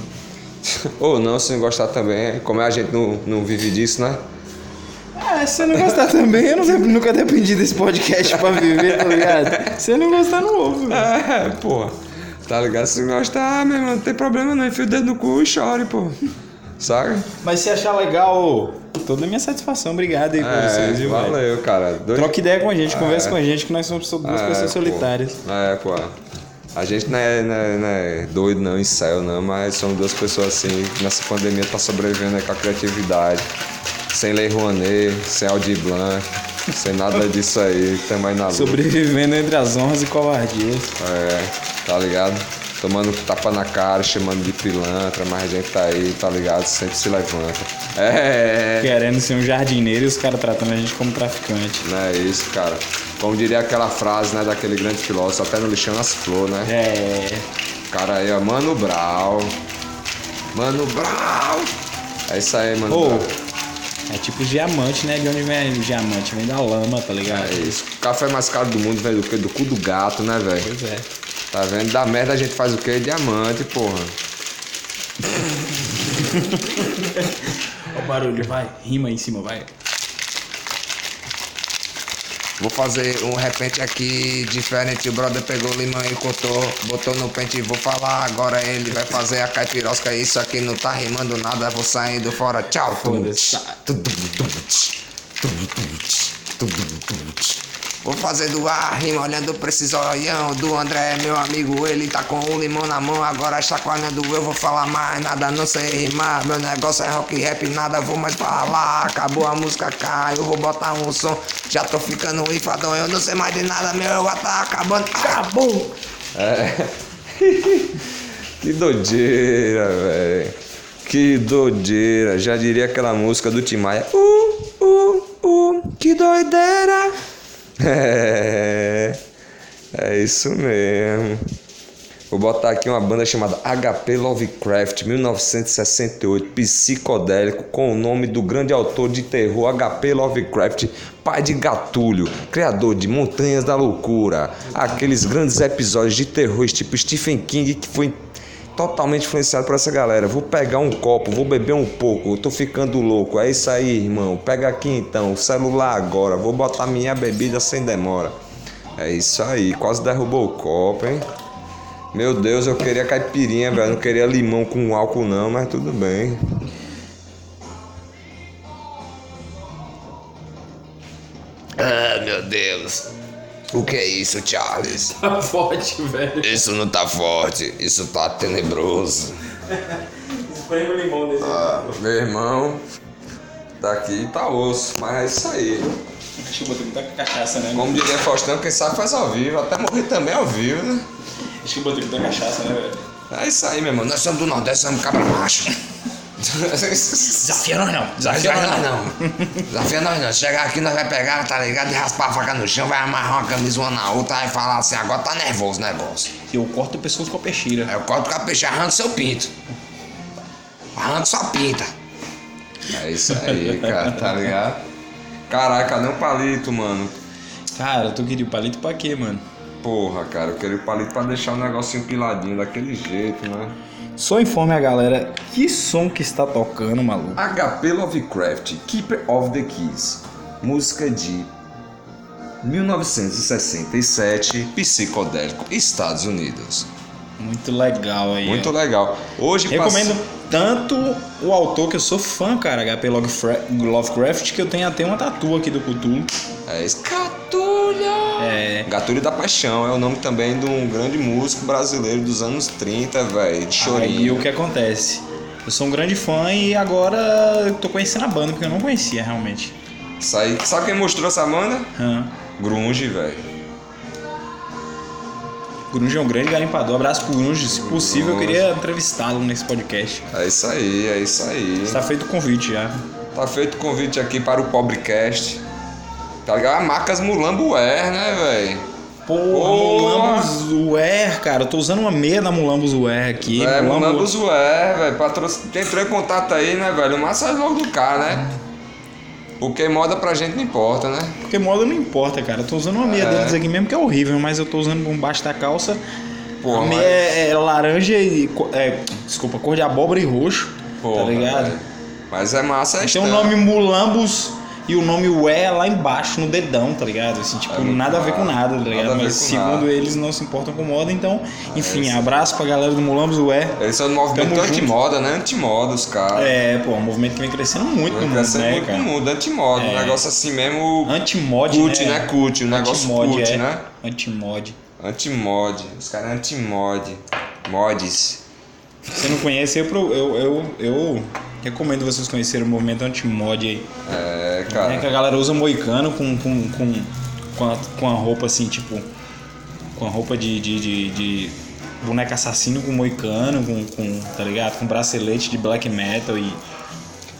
Ou não, se não gostar também. Como é a gente não, não vive disso, né? Ah, se você não gostar também, eu não sempre, nunca dependi desse podcast pra viver, tá ligado? Se você não gostar, não ouve. velho. É, porra. Tá ligado? Se não gostar, ah, meu irmão, não tem problema não. Enfia o dedo no cu e chore, pô. Saca? Mas se achar legal, toda a minha satisfação. Obrigado aí pra É, vocês, viu, velho? valeu, cara. Dois... Troca ideia com a gente, conversa É. com a gente, que nós somos só duas É, pessoas pô. solitárias. É, pô. A gente não é, não é- não é doido, não, em céu, não, mas somos duas pessoas assim, que nessa pandemia tá sobrevivendo aí com a criatividade. Sem Lei Rouanet, sem Aldir Blanc, sem nada disso aí, tamo aí na luta. Sobrevivendo entre as honras e covardias. É, tá ligado? Tomando tapa na cara, chamando de pilantra, mas a gente tá aí, tá ligado? Sempre se levanta. É, Querendo ser um jardineiro e os caras tratando a gente como traficante. não é isso, cara. Como diria aquela frase, né, daquele grande filósofo, até no lixão nas flores, né? É. cara aí, ó, Mano Brau. Mano Brau! É isso aí, mano. Ou, é tipo diamante, né? De onde vem diamante? Vem da lama, tá ligado? É isso. O café mais caro do mundo vem do quê? Do cu do gato, né, velho? Pois é. Tá vendo? Da merda a gente faz o quê? Diamante, porra. Olha o barulho, vai. Rima em cima, vai. Vou fazer um repente aqui diferente. O brother pegou limão e cortou, botou no pente. Vou falar agora. Ele vai fazer a caipirosca. Isso aqui não tá rimando nada. Vou saindo fora. Tchau. Foda-se. Vou fazer do ar, rima olhando pra esses olhão do André, meu amigo. Ele tá com um limão na mão, agora chacoalhando. Eu vou falar mais nada, não sei rimar. Meu negócio é rock e rap, nada vou mais falar. Acabou a música, cá, eu vou botar um som. Já tô ficando enfadão, eu não sei mais de nada, meu. Eu tá acabando. Acabou! É. que doideira, velho. Que doideira. Já diria aquela música do Tim Maia. Uh, uh, uh, que doideira. É, é isso mesmo. Vou botar aqui uma banda chamada HP Lovecraft 1968, psicodélico, com o nome do grande autor de terror HP Lovecraft, pai de Gatulho, criador de Montanhas da Loucura, aqueles grandes episódios de terror tipo Stephen King que foi totalmente influenciado por essa galera. Vou pegar um copo, vou beber um pouco, eu tô ficando louco. É isso aí, irmão. Pega aqui então, o celular agora. Vou botar minha bebida sem demora. É isso aí, quase derrubou o copo, hein? Meu Deus, eu queria caipirinha, velho. Não queria limão com álcool, não, mas tudo bem. Ah, meu Deus. O que é isso, Charles? Tá forte, velho. Isso não tá forte, isso tá tenebroso. Espreme o limão desse. Ah, meu irmão tá aqui tá osso, mas é isso aí. Acho que eu botei muita cachaça, né? Como diria Faustão, quem sabe faz ao vivo, até morrer também ao vivo, né? Acho que eu botei muita cachaça, né, velho? É isso aí, meu irmão. Nós somos do Nordeste, somos cabra macho. Desafia nós não, Desafia nós não. Desafia nós não. Chegar aqui, nós vai pegar, tá ligado? E raspar a faca no chão, vai amarrar uma camisa uma na outra, vai falar assim, agora tá nervoso o negócio. Eu corto pessoas com a peixeira. Aí eu corto o capricho, arranco seu pinto. Arranco sua pinta. É isso aí, cara, tá ligado? Caralho, cadê um palito, mano? Cara, tu queria o palito pra quê, mano? Porra, cara, eu queria o palito pra deixar o negócio empiladinho daquele jeito, né? Só informe a galera que som que está tocando, maluco. HP Lovecraft, Keeper of the Keys, música de 1967, psicodélico, Estados Unidos. Muito legal aí. Muito legal. Hoje Recomendo passa- tanto o autor que eu sou fã, cara, HP Lovecraft- Lovecraft, que eu tenho até uma tatu aqui do Cthulhu. É isso. Gatulho! É. Gatulho da Paixão é o nome também de um grande músico brasileiro dos anos 30, Ah, é velho, de Aí o chorinho. que acontece? Eu sou um grande fã e agora eu tô conhecendo a banda, porque eu não conhecia realmente. Isso aí- Sabe quem mostrou essa banda? Hã? Grunge, velho. Grunge é um grande garimpador. Abraço pro Grunge. Se possível, eu Grunge. queria entrevistá-lo nesse podcast. É isso aí, é isso aí. Está feito o convite já. Tá feito o convite aqui para o Pobrecast. Tá ligado? A Marcas Mulambuer, né, velho? Porra, Mulambos Wear, cara. Eu tô usando uma meia da Mulambos Wear aqui. É, Mulambos- Mulambus Wear, velho. Patro... Entrou em contato aí, né, velho? Mas sai logo do cara, né? É. Porque moda pra gente não importa, né? Porque moda não importa, cara. Eu tô usando uma meia É. deles aqui mesmo, que é horrível, mas eu tô usando por baixo da calça. Porra, a meia mas- é, é laranja e. co- é, desculpa, cor de abóbora e roxo. Porra, tá ligado? velho. Mas é massa, é Tem o estampa. nome Mulambos e o nome Ué é lá embaixo no dedão, tá ligado? Assim, tipo, É muito nada a ver com nada, tá nada ligado? a ver Mas com segundo nada. É eles não se importam com moda, então, enfim, abraço pra galera do Mulambos Ué. Eles são do movimento Tamo junto. anti-moda, né? Anti-moda, os caras. É, pô, um movimento que vem crescendo muito no Vai mundo, crescendo né, muito cara? no mundo, anti-moda. Um É. negócio assim mesmo. Anti-mod, Cult, né? né? Cult, um negócio Anti-mod, cult, é. né? Anti-mod. Anti-mod. Os caras é anti-mod. Mods. Se não conhece, eu, pro- eu, eu, eu recomendo vocês conhecerem o movimento anti-mod aí. É, É que cara. a galera usa moicano com, com, com, com, a, com a roupa assim, tipo. Com a roupa de. de, de, de boneca assassino com moicano, com, com. tá ligado? Com bracelete de black metal e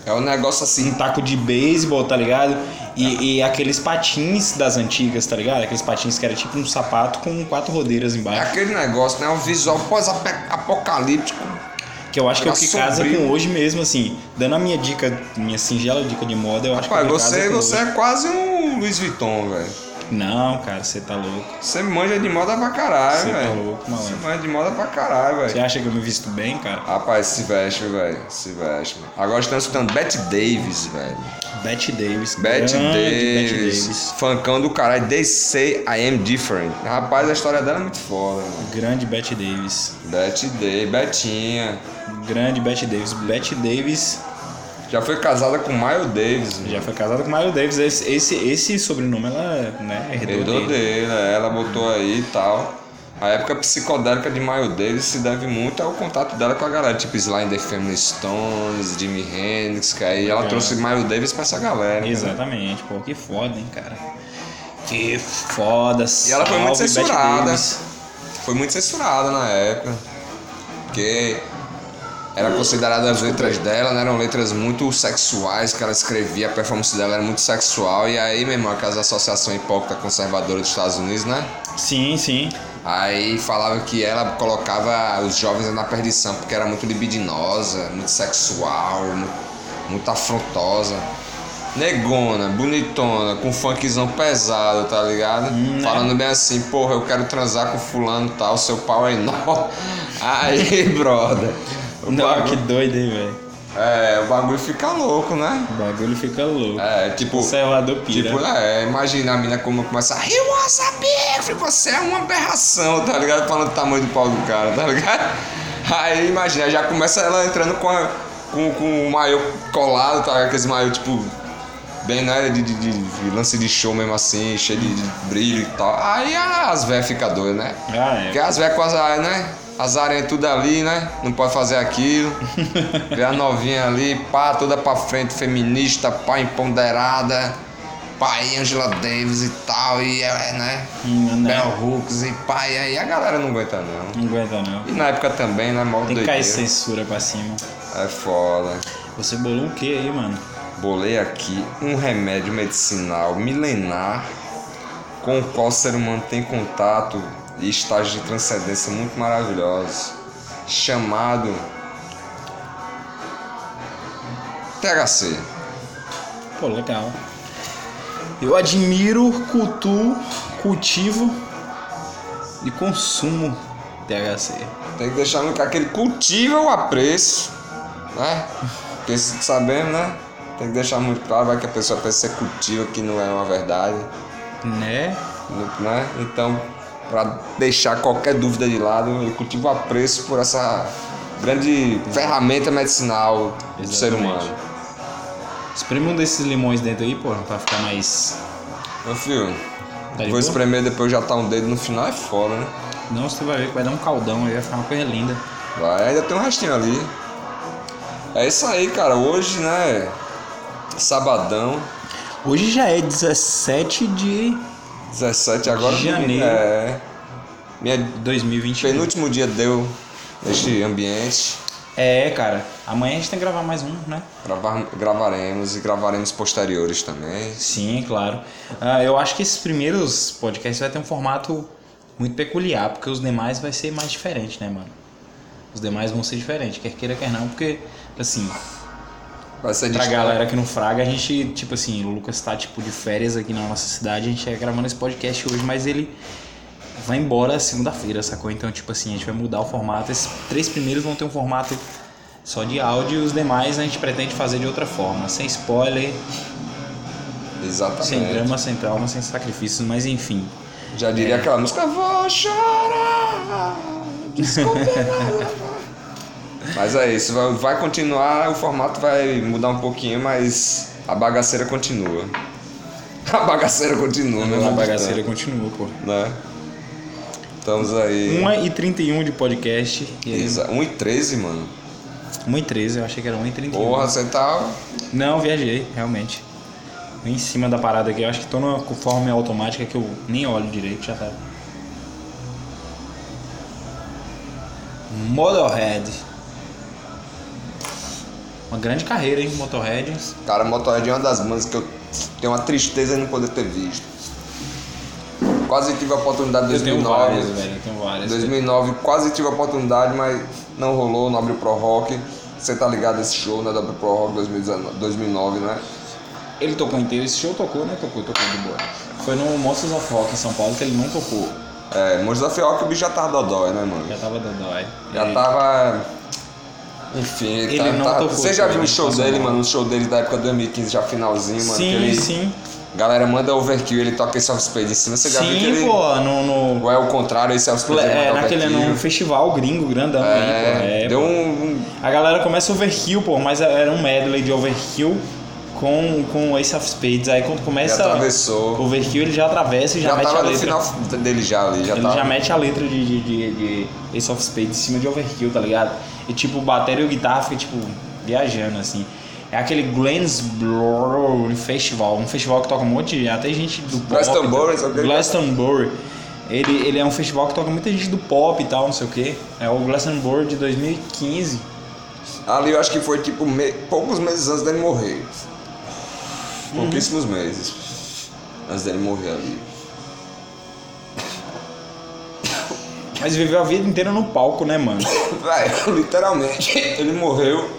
É um negócio assim. um taco de beisebol, tá ligado? E, e aqueles patins das antigas, tá ligado? Aqueles patins que era tipo um sapato com quatro rodeiras É embaixo. aquele negócio, né? Um visual pós-apocalíptico. Que eu acho que é o que Tá casa sombrio. com hoje mesmo, assim. Dando a minha dica, minha singela dica de moda, eu acho Rapaz, que é o que casa você, com você hoje. é quase um Luiz Vuitton, velho. Não, cara, você tá louco. Você manja de moda pra caralho, Você tá velho. louco, Você malandro. manja de moda pra caralho, Você velho. acha que eu me visto bem, cara? Rapaz, se veste, velho. Se veste. mano. Agora estamos escutando Betty Davis, velho. Betty Davis. Betty grande Davis, Betty Davis. Fancão do caralho. They say I am different. Rapaz, a história dela é muito foda, mano. Grande Betty Davis. Betty Davis, Betinha. Grande Betty Davis. Betty Davis Já foi casada com Miles Davis, mano. já foi casada com Mario Davis. Esse, esse, esse sobrenome ela né, herdou, Herdou dele. dele, é, ela botou aí e tal. A época psicodélica de Miles Davis se deve muito ao contato dela com a galera, tipo Sly and the Family Stones, Jimi Hendrix, que aí ela É. trouxe Miles Davis pra essa galera. né? Exatamente, pô, que foda, hein, cara. Que foda, E ela foi muito salve, Betty censurada. Davis. Foi muito censurada na época, porque era considerada as letras dela, né? eram letras muito sexuais que ela escrevia, a performance dela era muito sexual, e aí, meu irmão, aquelas associações hipócrita conservadora dos Estados Unidos, né? Sim, sim. Aí falava que ela colocava os jovens na perdição porque era muito libidinosa, muito sexual, mu- muito afrontosa. Negona, bonitona, com funkzão pesado, tá ligado? Falando bem assim, porra, eu quero transar com fulano e tal, seu pau é enorme. Aí, brother. O Não, que bagulho, doido, hein, velho. É, o bagulho fica louco, né? O bagulho fica louco. É, tipo. Conservador pira. Tipo, é, imagina a mina como começa a rir, what's up, bitch?" você é uma aberração, tá ligado? Falando do tamanho do pau do cara, tá ligado? Aí imagina, já começa ela entrando com, a- com, com o maiô colado, tá ligado? Aqueles maiô, tipo, bem na área de, de- de- de lance de show mesmo assim, cheio de, de brilho e tal. Aí as velhas ficam doidas, né? Ah, é. Porque as velhas com as areias, né? As aranhas tudo ali, né? Não pode fazer aquilo. Vê a novinha ali, pá, toda pra frente, feminista, pá, empoderada. Pai, Angela Davis e tal, e é, né? Hum, né? Bell Hooks e pai, aí a galera não aguenta não. Não aguenta, não. E na época também, né? Mó Tem que cair doideira. censura pra cima. É foda. Você bolou o que aí, mano? Bolei aqui um remédio medicinal milenar com o qual o ser humano tem contato e estágios de transcendência muito maravilhosos, chamado THC. Pô, legal. Eu admiro, cultuo, cultivo e consumo THC. Tem que deixar no lugar que ele cultiva o apreço, né? Porque se- sabemos, né? Tem que deixar muito claro vai que a pessoa pensa que você cultiva, que não é uma verdade. Né? né? Então, para deixar qualquer dúvida de lado, eu cultivo apreço por essa grande ferramenta medicinal do ser Exatamente. humano. Espreme um desses limões dentro aí, pô, pra ficar mais. Meu filho, Tá de boa? depois espremer, depois já tá um dedo no final, é foda, né? Não, você vai ver que vai dar um caldão aí, vai ficar uma coisa linda. Vai, ainda tem um restinho ali. É isso aí, cara. Hoje, né? Sabadão, Hoje já é 17 de 17 agora. Janeiro. É. Minha 2021. penúltimo dia deu neste ambiente. É, cara. Amanhã a gente tem que gravar mais um, né? Gravar- gravaremos e gravaremos posteriores também. Sim, claro. Ah, eu acho que esses primeiros podcasts vai ter um formato muito peculiar, porque os demais vai ser mais diferente, né, mano? Os demais vão ser diferentes, quer queira, quer não, porque, assim, Vai ser pra distante. galera que não fraga, a gente, tipo assim, o Lucas tá, tipo, de férias aqui na nossa cidade, a gente tá gravando esse podcast hoje, mas ele vai embora segunda-feira, sacou? Então, tipo assim, a gente vai mudar o formato. Esses três primeiros vão ter um formato só de áudio, e os demais a gente pretende fazer de outra forma, sem spoiler, Exatamente. Sem drama, sem trauma, sem sacrifícios, mas enfim. Já diria aquela música, vou chorar. Desculpa. mas é isso, vai, vai continuar, o formato vai mudar um pouquinho, mas a bagaceira continua. A bagaceira continua, né? A Nada bagaceira continua, pô. Né? Estamos aí. 1 e 31 de podcast. E aí, Exa- 1 e 13, mano. 1 e 13, eu achei que era 1 e 31. Porra, você tá. Não, viajei, realmente. Em cima da parada aqui, eu acho que tô numa forma automática que eu nem olho direito, já tá. Motorhead. Uma grande carreira, hein, Motorhead. Cara, Motorhead é uma das bandas que eu tenho uma tristeza em não poder ter visto. Quase tive a oportunidade em Eu tenho 2009. várias, velho. Eu tenho várias. 2009 quase tive a oportunidade, mas não rolou, não abriu pro rock. Você tá ligado esse show na W Pro Rock 2019, 2009, né? Ele tocou inteiro, esse show tocou, né? Tocou, tocou de boa. Foi no Monsters of Rock em São Paulo que ele não tocou. É, Monstros da Fiel, que o bicho já tava dodói, né, mano? Já tava dando dói. Já tá, tava. Enfim, ele, Ele tava- não tava- tocou, Você já foi, viu o né? show Passou dele, mal. mano? O show dele da época de 2015, já finalzinho, mano. que Sim, ele- sim. Galera, manda overkill, ele toca esse Spade em cima. Você já viu que Sim, ele. pô, no. no Ou é o contrário, esse Spade é, manda naquele overkill. num festival gringo grandão aí, pô. É, É, deu pô. um, um A galera começa overkill, pô, mas era um medley de overkill com, com Ace of Spades. Aí quando começa. Ele atravessou. Overkill, ele já atravessa e já, Já mete tava a no letra. final dele já ali, já Ele tava. já mete a letra de, de, de, de Ace of Spades em cima de Overkill, tá ligado? E tipo, bateria e guitarra fica tipo viajando assim. É aquele Glensboro Festival, um festival que toca um monte de. até gente do pop. Glastonbury, sabe o que é? Glastonbury. Ele, ele é um festival que toca muita gente do pop e tal, não sei o que. É o Glastonbury de 2015. Ali eu acho que foi tipo me- poucos meses antes dele morrer. Pouquíssimos meses. Antes dele morrer ali. Mas viveu a vida inteira no palco, né, mano? Véi, literalmente, ele morreu.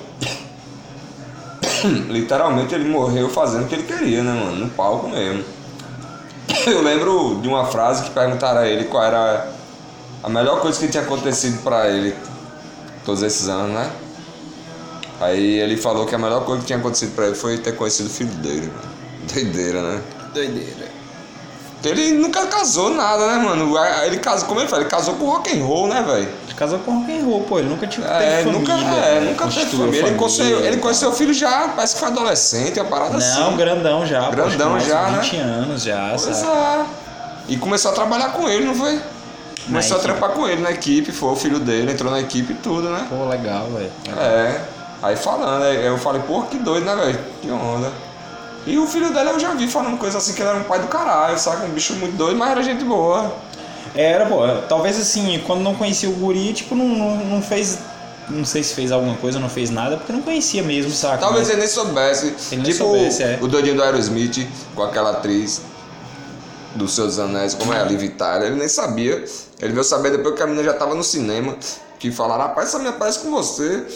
literalmente ele morreu fazendo o que ele queria, né, mano? No palco mesmo. Eu lembro de uma frase que perguntaram a ele qual era a melhor coisa que tinha acontecido pra ele todos esses anos, né? Aí ele falou que a melhor coisa que tinha acontecido pra ele foi ter conhecido o filho dele, mano. Doideira, né? Doideira. Ele nunca casou nada, né, mano? Aí Ele casou, como ele fala? Ele casou com rock and roll, né, velho? Casou com rock and roll, pô. Ele nunca tinha É, teve nunca, família, é, né? nunca teve Constituiu família. Ele conheceu, ele e conheceu o filho já, parece que foi adolescente, uma parada Não, assim. grandão já. pô, acho que Grandão mais de já, né? 20 anos já, Pois sabe? é. E começou a trabalhar com ele, não foi? Começou a equipe. trampar com ele na equipe, foi o filho dele, entrou na equipe e tudo, né? Pô, legal, velho. É. Aí falando, aí eu falei, pô, que doido, né, velho? Que onda. E o filho dele eu já vi falando coisa assim que ele era um pai do caralho, saca? Um bicho muito doido, mas era gente boa. É, Era, pô. Talvez assim, quando não conhecia o guri, tipo, não, não, não fez. Não sei se fez alguma coisa, não fez nada, porque não conhecia mesmo, saca? Talvez Mas- ele nem soubesse. Ele nem tipo soubesse, é. o doidinho do Aerosmith com aquela atriz dos seus anéis, como é a Liv Tyler, ele nem sabia. Ele veio saber depois que a menina já tava no cinema, que falaram, rapaz, essa menina parece com você.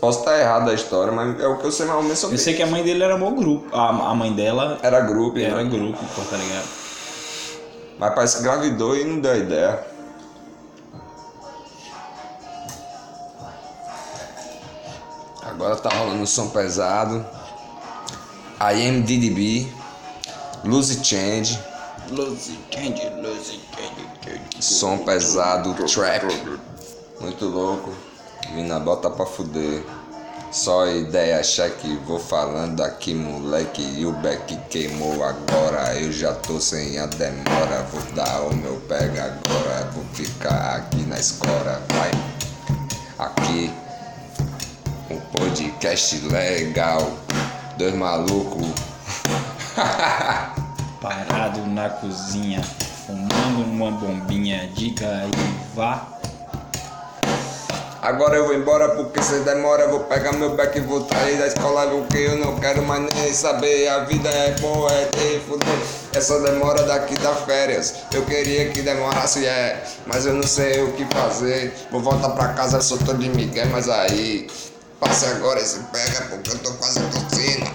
Posso estar errado a história, mas é o que eu sei mais ou menos sobre. Eu sei que a mãe dele era meu grupo. A, a mãe dela Era grupo, era né? grupo, pô, tá ligado? mas parece que engravidou e não deu ideia. Agora tá rolando um som pesado. I am DDB, Lose Change, som pesado, trap, muito louco. Mina bota pra fuder. Só ideia, cheque, vou falando aqui, moleque. E o beck queimou agora. Eu já tô sem a demora. Vou dar o meu pega agora. Vou ficar aqui na escora. Vai, aqui. Um podcast legal. Dois malucos. Parado na cozinha, fumando uma bombinha, diga aí, vá. Agora eu vou embora porque cê demora. Vou pegar meu back e vou sair da escola. Porque eu não quero mais nem saber. A vida é boa, é ter fuder. Essa demora daqui da férias. Eu queria que demorasse, é. Mas eu não sei o que fazer. Vou voltar pra casa, sou todo de Miguel, mas aí. Passe agora esse pega porque eu tô quase tossindo.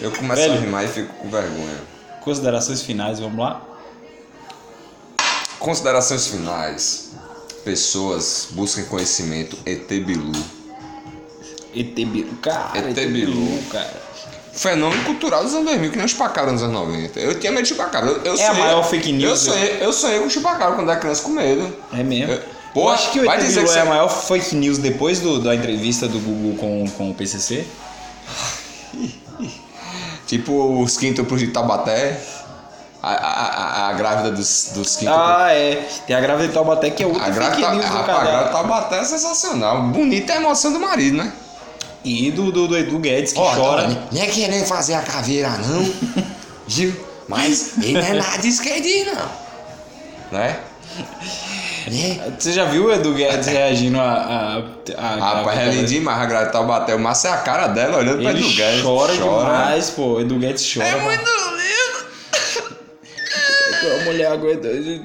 eu começo Velho. a rimar e fico com vergonha. Considerações finais, vamos lá? Considerações finais. Pessoas busquem conhecimento ET Bilu. ET Bilu, cara. ET Bilu. cara. Fenômeno cultural dos anos 2000 que nem o chupacabra nos anos 90. Eu tinha medo de chupacabra. Eu, eu É a maior fake news, né? Eu sonhei, eu sonhei com chupacabra quando era criança com medo. É mesmo. Eu- Porra, eu acho que o vai ET dizer Bilu que é a você- maior fake news depois do- da entrevista do Google com, com o PCC. Tipo os quíntuplos de Tabaté. A, a, a, a grávida dos, dos quíntuplos. Ah, é. Tem a grávida de Taubaté que é outra a grávida, fake ta, news do rapaz, a grávida cadastro. Tabaté é sensacional. Bonita é a emoção do marido, né? E do, do, do Edu Guedes que Ó, chora. não, nem é querendo fazer a caveira, não. Viu? Mas ele não é nada esquerdinho, não. Né? Você já viu o Edu Guedes reagindo a. a, a- Ah, Rapaz, a- é lindo demais a grade tá batendo, mas é a cara dela olhando pra Ele Edu Guedes. chora, demais, pô. Edu Guedes chora. É muito lindo. A mulher aguenta. Ela aí,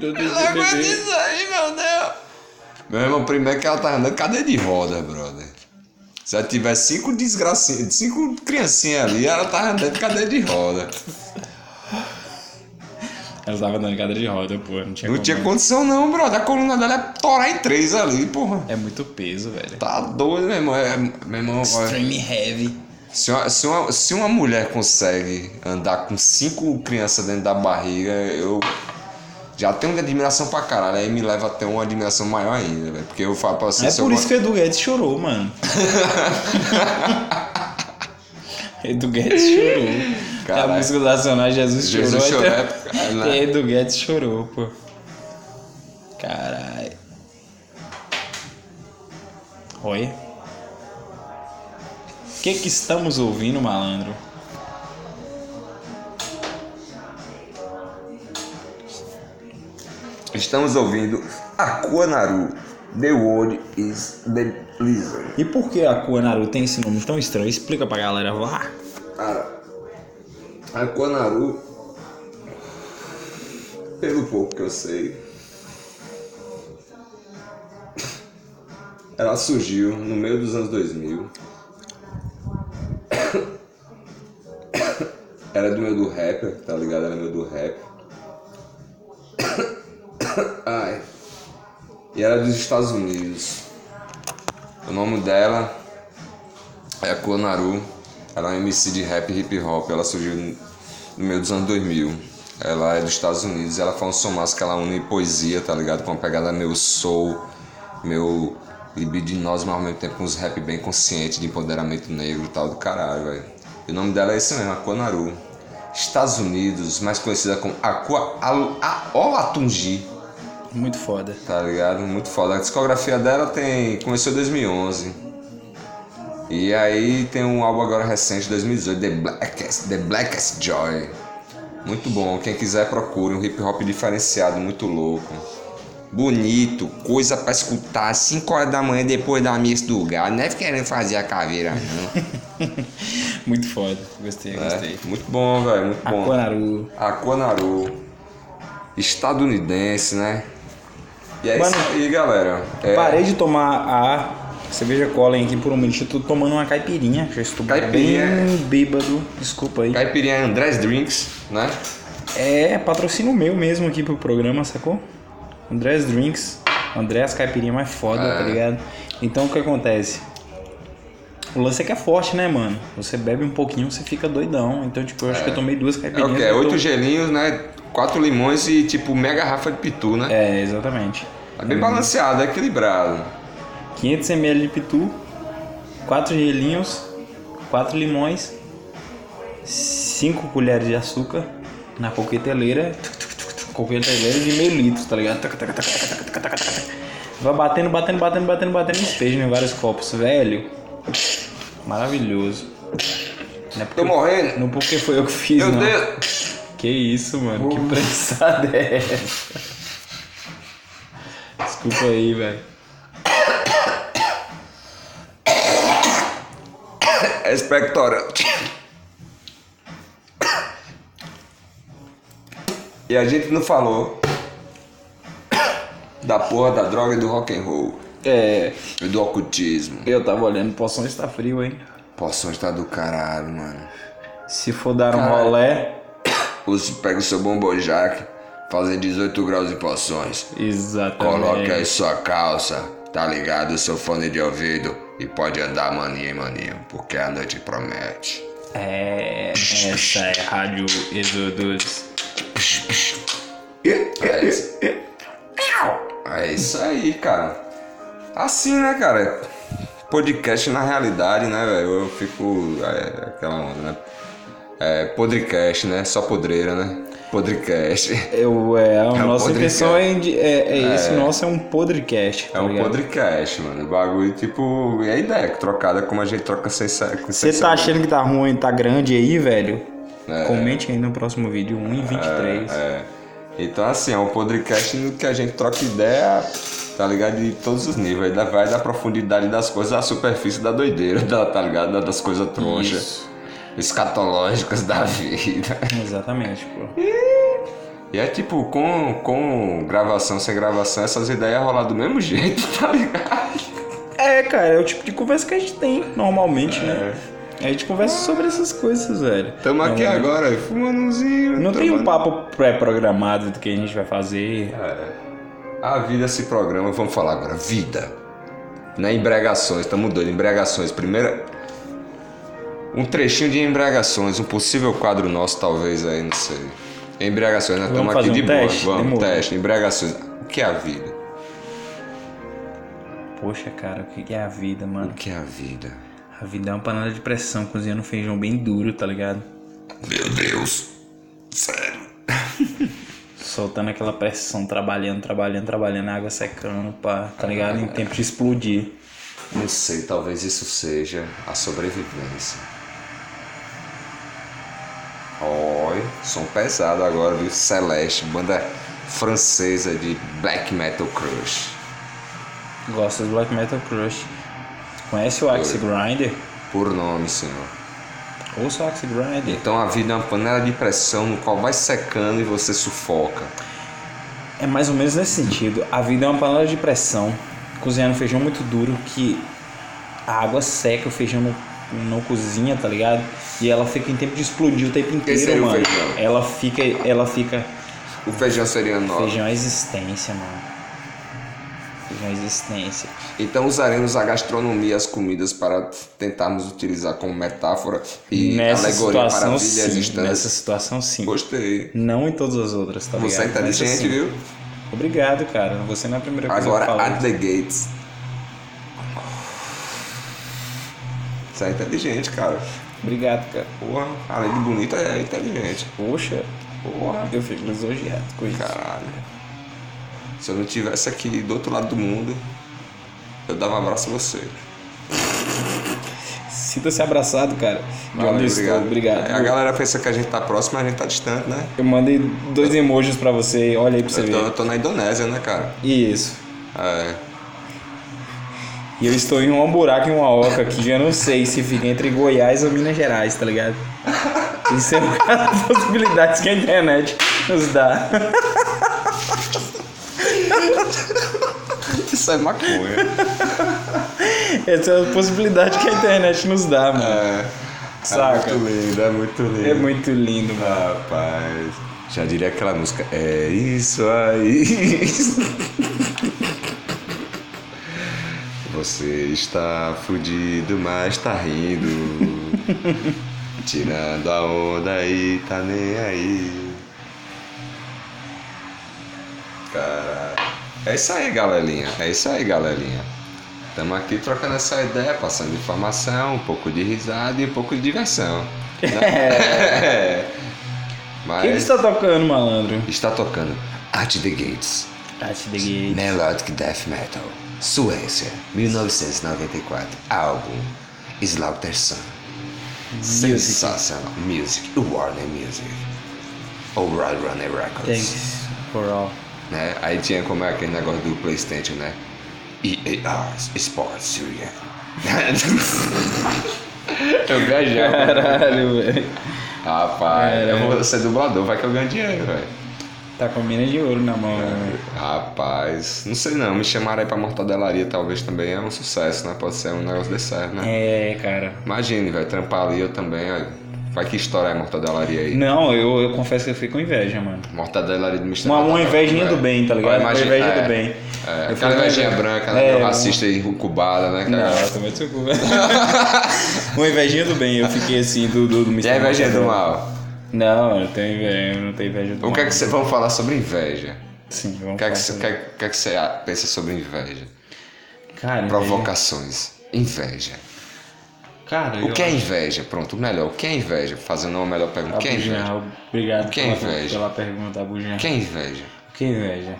meu Deus. Meu irmão, primeiro que ela tá andando cadeia de roda, brother. Se ela tiver cinco desgracinhas, cinco criancinhas ali, ela tá andando cadeia de roda. Ela tava andando em cadeira de roda, pô. Não tinha Não como, tinha né? condição não, brother. A coluna dela é torar em três ali, porra. É muito peso, velho. Tá doido, meu irmão. É, meu irmão, olha, Extreme heavy. se, uma, se, uma, se uma mulher consegue andar com cinco crianças dentro da barriga, eu já tenho admiração pra caralho. Aí me leva até uma admiração maior ainda, velho. Porque eu falo pra você... É se eu por go- isso que o Edu Guedes chorou, mano. Edu Guedes chorou. Caralho. A música do Nacional Jesus, Jesus chorou. chorou, é, até... né? Edu Guedes chorou, pô. Caralho. Oi. O que que estamos ouvindo, malandro? Estamos ouvindo Aquanaru. The World is the Lizard. E por que a Kuanaru tem esse nome tão estranho? Explica pra galera, vá. Cara, Aquanaru, pelo pouco que eu sei, ela surgiu no meio dos anos 2000. Ela é do meio do rap, tá ligado? Ela é do meio do rap. Ai. E ela é dos Estados Unidos. O nome dela é Konaru. Ela é uma MC de rap e hip hop. Ela surgiu no meio dos anos 2000. Ela é dos Estados Unidos. Ela faz um somaço que ela une poesia, tá ligado? Com uma pegada meu soul, meu libidinoso, mas ao mesmo tempo com uns rap bem consciente de empoderamento negro e tal do caralho, velho. E o nome dela é esse mesmo, Konaru. Estados Unidos, mais conhecida como Aqua Al- A- Olatunji, Muito foda. tá ligado? Muito foda. A discografia dela tem começou em 2011. E aí tem um álbum agora recente, 2018, The Blackest, The Blackest Joy. Muito bom. Quem quiser procure um hip hop diferenciado, muito louco. Bonito, coisa pra escutar 5 horas da manhã depois da missa do gado. Não é querendo fazer a caveira, não. né? Muito foda. Gostei, gostei. É, muito bom, velho, muito A bom. Kuanaru. A Konaru, estadunidense, né? E é Mano, isso aí, galera. É, Parei de tomar a cerveja Colin aqui por um minuto. Tô tomando uma caipirinha. Já estou Caipirinha. bem bêbado. Desculpa aí. Caipirinha é Andrés Drinks, né? É patrocínio meu mesmo aqui pro programa, sacou? Andrés Drinks. Andrés Caipirinha mais foda, tá É. ligado? Então o que acontece? O lance é que é forte, né, mano? Você bebe um pouquinho, você fica doidão. Então, tipo, eu acho que eu tomei duas É o caipirinhas. que? eu tô- Oito gelinhos, né? Quatro limões e tipo meia garrafa de pitu, né? É, exatamente. Tá bem balanceado, é equilibrado. 500ml de pitu, 4 gelinhos, 4 limões, 5 colheres de açúcar na coqueteleira, tuc, tuc, tuc, tuc, coqueteleira de meio litro, tá ligado? Tac, tac, tac, tac, tac, tac, tac, tac. Vai batendo, batendo, batendo, batendo, batendo, despejo em vários copos, velho. Maravilhoso. Não é porque, Tô morrendo. não porque foi eu que fiz, Meu não. Deus! Que isso, mano, que prensada é essa? Desculpa aí, velho. É expectorante. E a gente não falou da porra da droga e do rock and roll É, e do ocultismo. Eu tava olhando, poção está frio, hein? Poções tá do caralho, mano. Se for dar um Caralho. rolé. Você pega o seu bombojaque, fazer 18 graus de poções. Exatamente. Coloque aí sua calça, tá ligado? Seu fone de ouvido e pode andar maninho em maninho, porque a noite promete. É, essa é a Rádio Exodus. É isso. É isso aí, cara. Assim, né, cara? Podcast na realidade, né, velho? Eu fico. É, aquela onda, né? É, podrecast, né? Só podreira, né? Podrecast. Eu, é, a um nossa podrecast. intenção é, de- é, é esse, o nosso é um podrecast. É um podcast, mano. O bagulho, tipo, é ideia trocada como a gente troca sem sa- com sem Você tá achando que tá ruim, tá grande aí, velho? É. Comente aí no próximo vídeo, 1 e 23. É. Então, assim, é um podcast no que a gente troca ideia, tá ligado? De todos os níveis. Da- Vai da profundidade das coisas à superfície da doideira, da, tá ligado? Da- Das coisas tronchas, Isso. escatológicas da vida. Exatamente, pô. E é tipo, com, com gravação, sem gravação, essas ideias rolar do mesmo jeito, tá ligado? É, cara, é o tipo de conversa que a gente tem normalmente, né? A gente conversa sobre essas coisas, velho. É. Tamo aqui Normalmente. agora, fumandozinho. É. Não tem um tomando- papo pré-programado do que a gente vai fazer. A vida se programa, vamos falar agora. Vida. Na Embregações, tamo doido. Embregações, primeira. Um trechinho de Embregações, um possível quadro nosso, talvez aí, não sei. Embregações, nós Vamos estamos aqui fazer um de teste? boa. Vamos, Demorou. teste. Embregações. O que é a vida? Poxa, cara, o que que é a vida, O mano? que é a vida? A vida é uma panela de pressão cozinhando um feijão bem duro, tá ligado? Meu Deus. Sério. Soltando aquela pressão, trabalhando, trabalhando, trabalhando, a água secando, pá, tá ligado? Em tempo de explodir. Não sei, talvez isso seja a sobrevivência. Oi, som pesado agora, viu? Celeste, banda francesa de black metal crush. Gosta do Black Metal Crush. Conhece o Axe Grinder? Por nome, senhor. Ouça o Axe Grinder. Então a vida é uma panela de pressão no qual vai secando e você sufoca. É mais ou menos nesse sentido. A vida é uma panela de pressão, cozinhando feijão muito duro que a água seca, o feijão não, não cozinha, tá ligado? E ela fica em tempo de explodir o tempo inteiro, seria é o mano. feijão? Ela fica, ela fica O feijão seria nós. feijão é existência, mano. Feijão é existência. Então usaremos a gastronomia, as comidas para tentarmos utilizar como metáfora e nessa alegoria para a situação vida sim, existente. nessa situação sim. Gostei. Não em todas as outras, tá Você é ligado? Nessa, inteligente, sim. viu? Obrigado, cara. Você não é a primeira pessoa que Agora, fala at isso. the gates. Você é inteligente, cara. Obrigado, cara. Porra, além de bonito, é inteligente. Poxa, Porra, eu fico lisonjeado com isso. caralho. Se eu não tivesse aqui do outro lado do mundo, eu dava um abraço a você. Sinta-se abraçado, cara. De Valeu, onde eu estou. Obrigado. É, A galera pensa que a gente tá próximo, mas a gente tá distante, né? Eu mandei dois emojis pra você. Olha aí pra você Eu tô, eu ver. tô na Indonésia, né, cara? Isso. É. E eu estou em um buraco e uma oca aqui. que Eu não sei se fica entre Goiás ou Minas Gerais, tá ligado? Isso é uma das possibilidades que a internet nos dá. Isso é maconha. Essa é a possibilidade que a internet nos dá, mano. é. Saca. É muito lindo, é muito lindo. É muito lindo, mano. Rapaz, já diria aquela música. É isso aí. Você está fudido, mas tá rindo. Tirando a onda e tá nem aí. Caralho. É isso aí, galerinha. É isso aí, galerinha. Estamos aqui trocando essa ideia, passando informação, um pouco de risada e um pouco de diversão. É. O que, que Mas está tocando, malandro? está tocando At the Gates, Tati the Gate. Melodic Death Metal, Suécia, 1994, álbum Slaughter Sun, Sensational Music, Warner Music, ou Roadrunner Records. Thanks for all. Né? Aí tinha como é aquele negócio do Playstation, né? EAR Sports Syria. Eu viajava. Caralho, velho. Rapaz, eu vou ser dublador, vai que eu ganho dinheiro, velho. Tá com a mina de ouro na mão, né? velho. Rapaz, não sei não, me chamaram aí pra mortadelaria talvez também é um sucesso, né? Pode ser um negócio desse certo, né? É, cara. Imagine, velho, trampar ali eu também, ó. Vai que história é mortadelaria aí. Não, eu, eu confesso que eu fiquei com inveja, mano. Mortadelaria do Mr. Uma, uma Mortadela, invejinha velho. do bem, tá Ó, ligado? Uma imagina- invejinha é, do bem. É, Eu aquela falei, invejinha velho, branca, né? é, racista e incubada, né? Não, Cara? eu também te culpa. uma invejinha do bem, eu fiquei assim, do, do, do E Mr. a invejinha do Mortadela. mal? Não, eu tenho inveja, eu não tenho inveja do O que é mal. que você... Vamos falar sobre inveja. Sim, O vamos que é que falar você, o que sobre- é que- o que é que você pensa sobre inveja? Cara, Provocações. Inveja. inveja- Cara, O que é inveja? Pronto, o melhor. O que é inveja? Fazendo uma melhor pergunta. O que é inveja? Obrigado Que é pela, inveja. pela pergunta, Abujam. O que é inveja? Que inveja.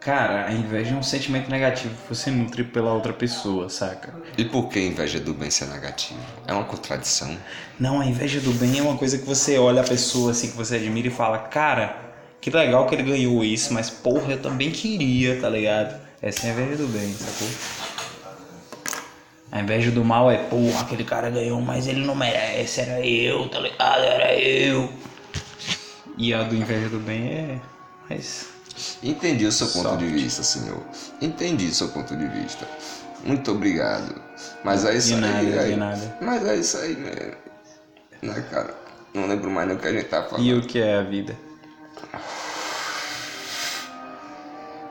Cara, a inveja é um sentimento negativo que você nutre pela outra pessoa, saca? E por que inveja do bem ser negativo? É uma contradição. Não, a inveja do bem é uma coisa que você olha a pessoa assim que você admira e fala, cara, Que legal que ele ganhou isso, mas porra, eu também queria, tá ligado? Essa é a inveja do bem, sacou? A inveja do mal é, porra, aquele cara ganhou, mas ele não merece, era eu, tá ligado? Era eu. E a do inveja do bem é. Mas. Entendi o seu ponto Sorte. de vista, senhor. Entendi o seu ponto de vista. Muito obrigado. Mas é isso De aí. nada, de aí. nada. Mas é isso aí, né? Né, cara? Não lembro mais do que a gente tá falando. E o que é a vida?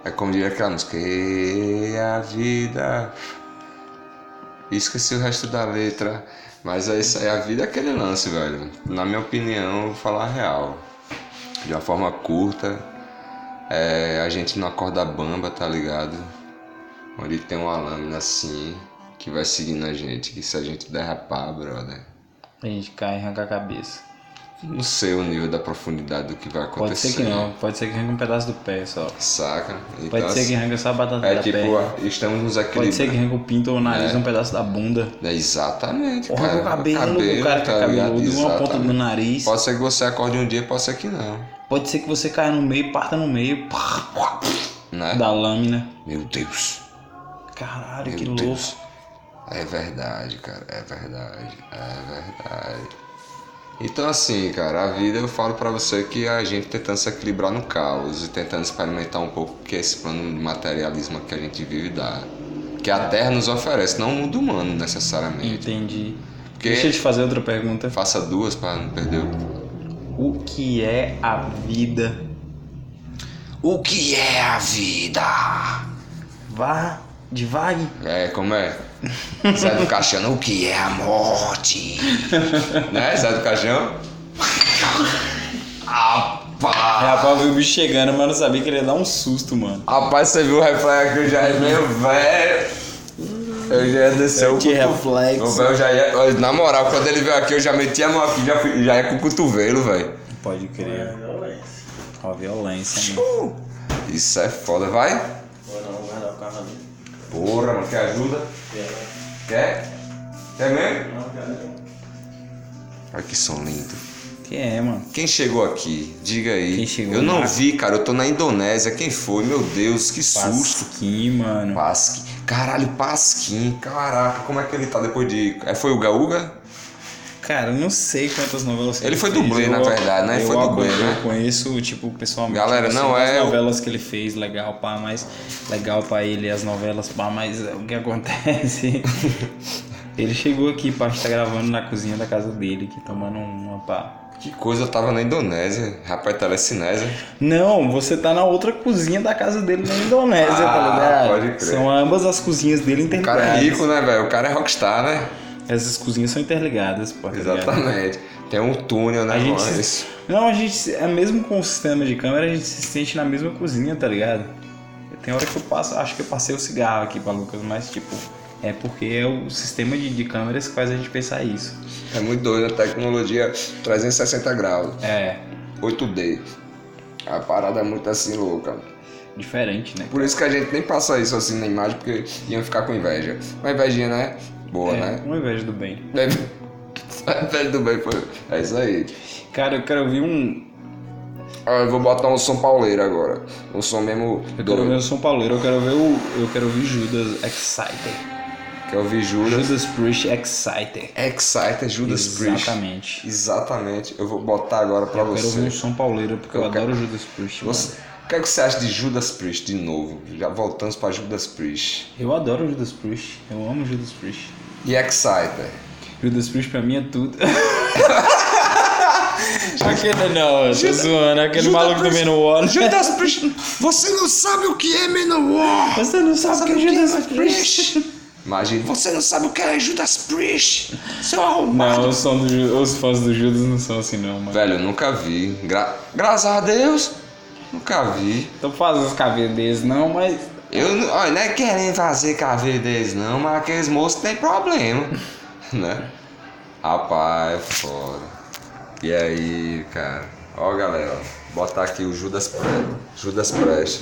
É como diria aquela música. E a vida. Esqueci o resto da letra. Mas é isso aí. A vida é aquele lance, velho. Na minha opinião, eu vou falar a real. De uma forma curta. É, a gente não acorda bamba, tá ligado? Onde tem uma lâmina assim. Que vai seguindo a gente. Que se a gente derrapar, brother. A gente cai e arranca a cabeça. Não sei o nível da profundidade do que vai acontecer. Pode ser que não, pode ser que arranque um pedaço do pé só. Saca? Então, Pode ser que arranque só a batata É da tipo, pé. a- estamos nos equilibrando. Pode ser que arranque o pinto ou o nariz, um pedaço da bunda. É, Exatamente, Ou cara. tá arranca o cabelo, do cara que é ligado? cabeludo, uma ponta do Exatamente. nariz. Pode... Pode ser que você acorde um dia, pode ser que não. ser que você caia no meio, parta no meio, pá, pá, Né? da lâmina. Meu Deus. Caralho, Meu que Deus. louco. É verdade, cara. É verdade. É verdade. Então assim, cara, a vida eu falo pra você que a gente tentando se equilibrar no caos e tentando experimentar um pouco o que esse plano de materialismo que a gente vive dá. Que a Terra nos oferece, não o mundo humano necessariamente. Entendi. Porque- Deixa eu te fazer outra pergunta. Faça duas pra não perder o O que é a vida? O que é a vida? Vá, devague. É, como é? Zé do Caixão, o que é a morte? né, Zé do Caixão? É Rapaz! Rapaz, eu vi o bicho chegando, mas eu não sabia que ele ia dar um susto, mano. Rapaz, você viu o reflexo que eu já ia meio velho? Eu já ia descer o Que cotovelo. reflexo. Eu já ia, olha, na moral, quando ele veio aqui, eu já meti a mão aqui, já, fui- já ia com o cotovelo, velho. Pode crer. Ó, violência, mano. Uh, Isso é foda, vai? Porra, mano, quer ajuda? Quer? Quer mesmo? Olha que som lindo. Que é, mano? Quem chegou aqui? Diga aí. Quem chegou, eu não Marco? vi, cara. Eu tô na Indonésia. Quem foi? Meu Deus, que susto. Pasquim, mano. Pasquim. Caralho, Pasquim. Caraca, como é que ele tá depois de. É, foi o Gaúga? Cara, eu não sei quantas novelas que Ele foi dublê, fez. na Eu- verdade, né? Ele Eu foi dublê, acompanho- né? Eu conheço, tipo, pessoalmente. Galera, assim, não as é- novelas que ele fez, legal, pá, mas. Legal pra ele, as novelas, pá, mas é, o que acontece? ele chegou aqui, pá, a gente tá gravando na cozinha da casa dele, aqui, tomando uma, pá. Que coisa, eu tava na Indonésia. Rapaz, telecinésia. Não, você tá na outra cozinha da casa dele na Indonésia, tá Ah, ligado? pode crer. São ambas as cozinhas dele O cara interligadas. é rico, né, velho? O cara é rockstar, né? Essas cozinhas são interligadas, pô. tá ligado? Exatamente. Tem um túnel, né, A gente mano? se- Isso. Não, a gente, se- é mesmo com o sistema de câmera, a gente se sente na mesma cozinha, tá ligado? Tem hora que eu passo, acho que eu passei o cigarro aqui pra Lucas, mas tipo, é porque é o sistema de, de câmeras que faz a gente pensar isso. É muito doido. A tecnologia 360 graus. É, 8D. A parada é muito assim louca. diferente, né? Por isso que a gente nem passa isso assim na imagem, porque iam ficar com inveja. Uma invejinha, né? Boa, É, né? uma inveja do bem. Inveja do bem, pô. É isso aí. Cara, eu quero ouvir um. Ah, eu vou botar um som pauleiro agora. Um som mesmo Eu quero ver doido. o São Paulo, eu quero ver o. Eu quero ouvir Judas Exciter. Que eu vi Judas. Judas Priest Exciter. Exciter Judas Priest. Exatamente. Exatamente. Eu vou botar agora pra Eu quero ouvir você. um São Pauleiro, porque eu, Eu quero- adoro Judas Priest. mano. Você- O que, é que você acha de Judas Priest de novo? Já voltamos pra Judas Priest. Eu adoro Judas Priest. Eu amo Judas Priest. E Exciter. Judas Priest pra mim é tudo. aquele não, eu tô zoando, aquele Judas maluco do Priest- Menor. Judas Priest. Você não sabe o que é Menor. Você não sabe, o que é Judas Priest? Imagina, você não sabe o que é Judas Priest, seu arrombado. Não, os, som do Ju- os fãs do Judas não são assim não, mano. Velho, eu nunca vi. Gra- Graças a Deus, nunca vi. Tô fazendo os cabelos deles não, mas. Eu não, olha, não é querendo fazer caveira deles, não, mas aqueles moços tem problema, né? Rapaz, é foda. E aí, cara? Ó, galera, ó, botar aqui o Judas Pre- Judas Preste.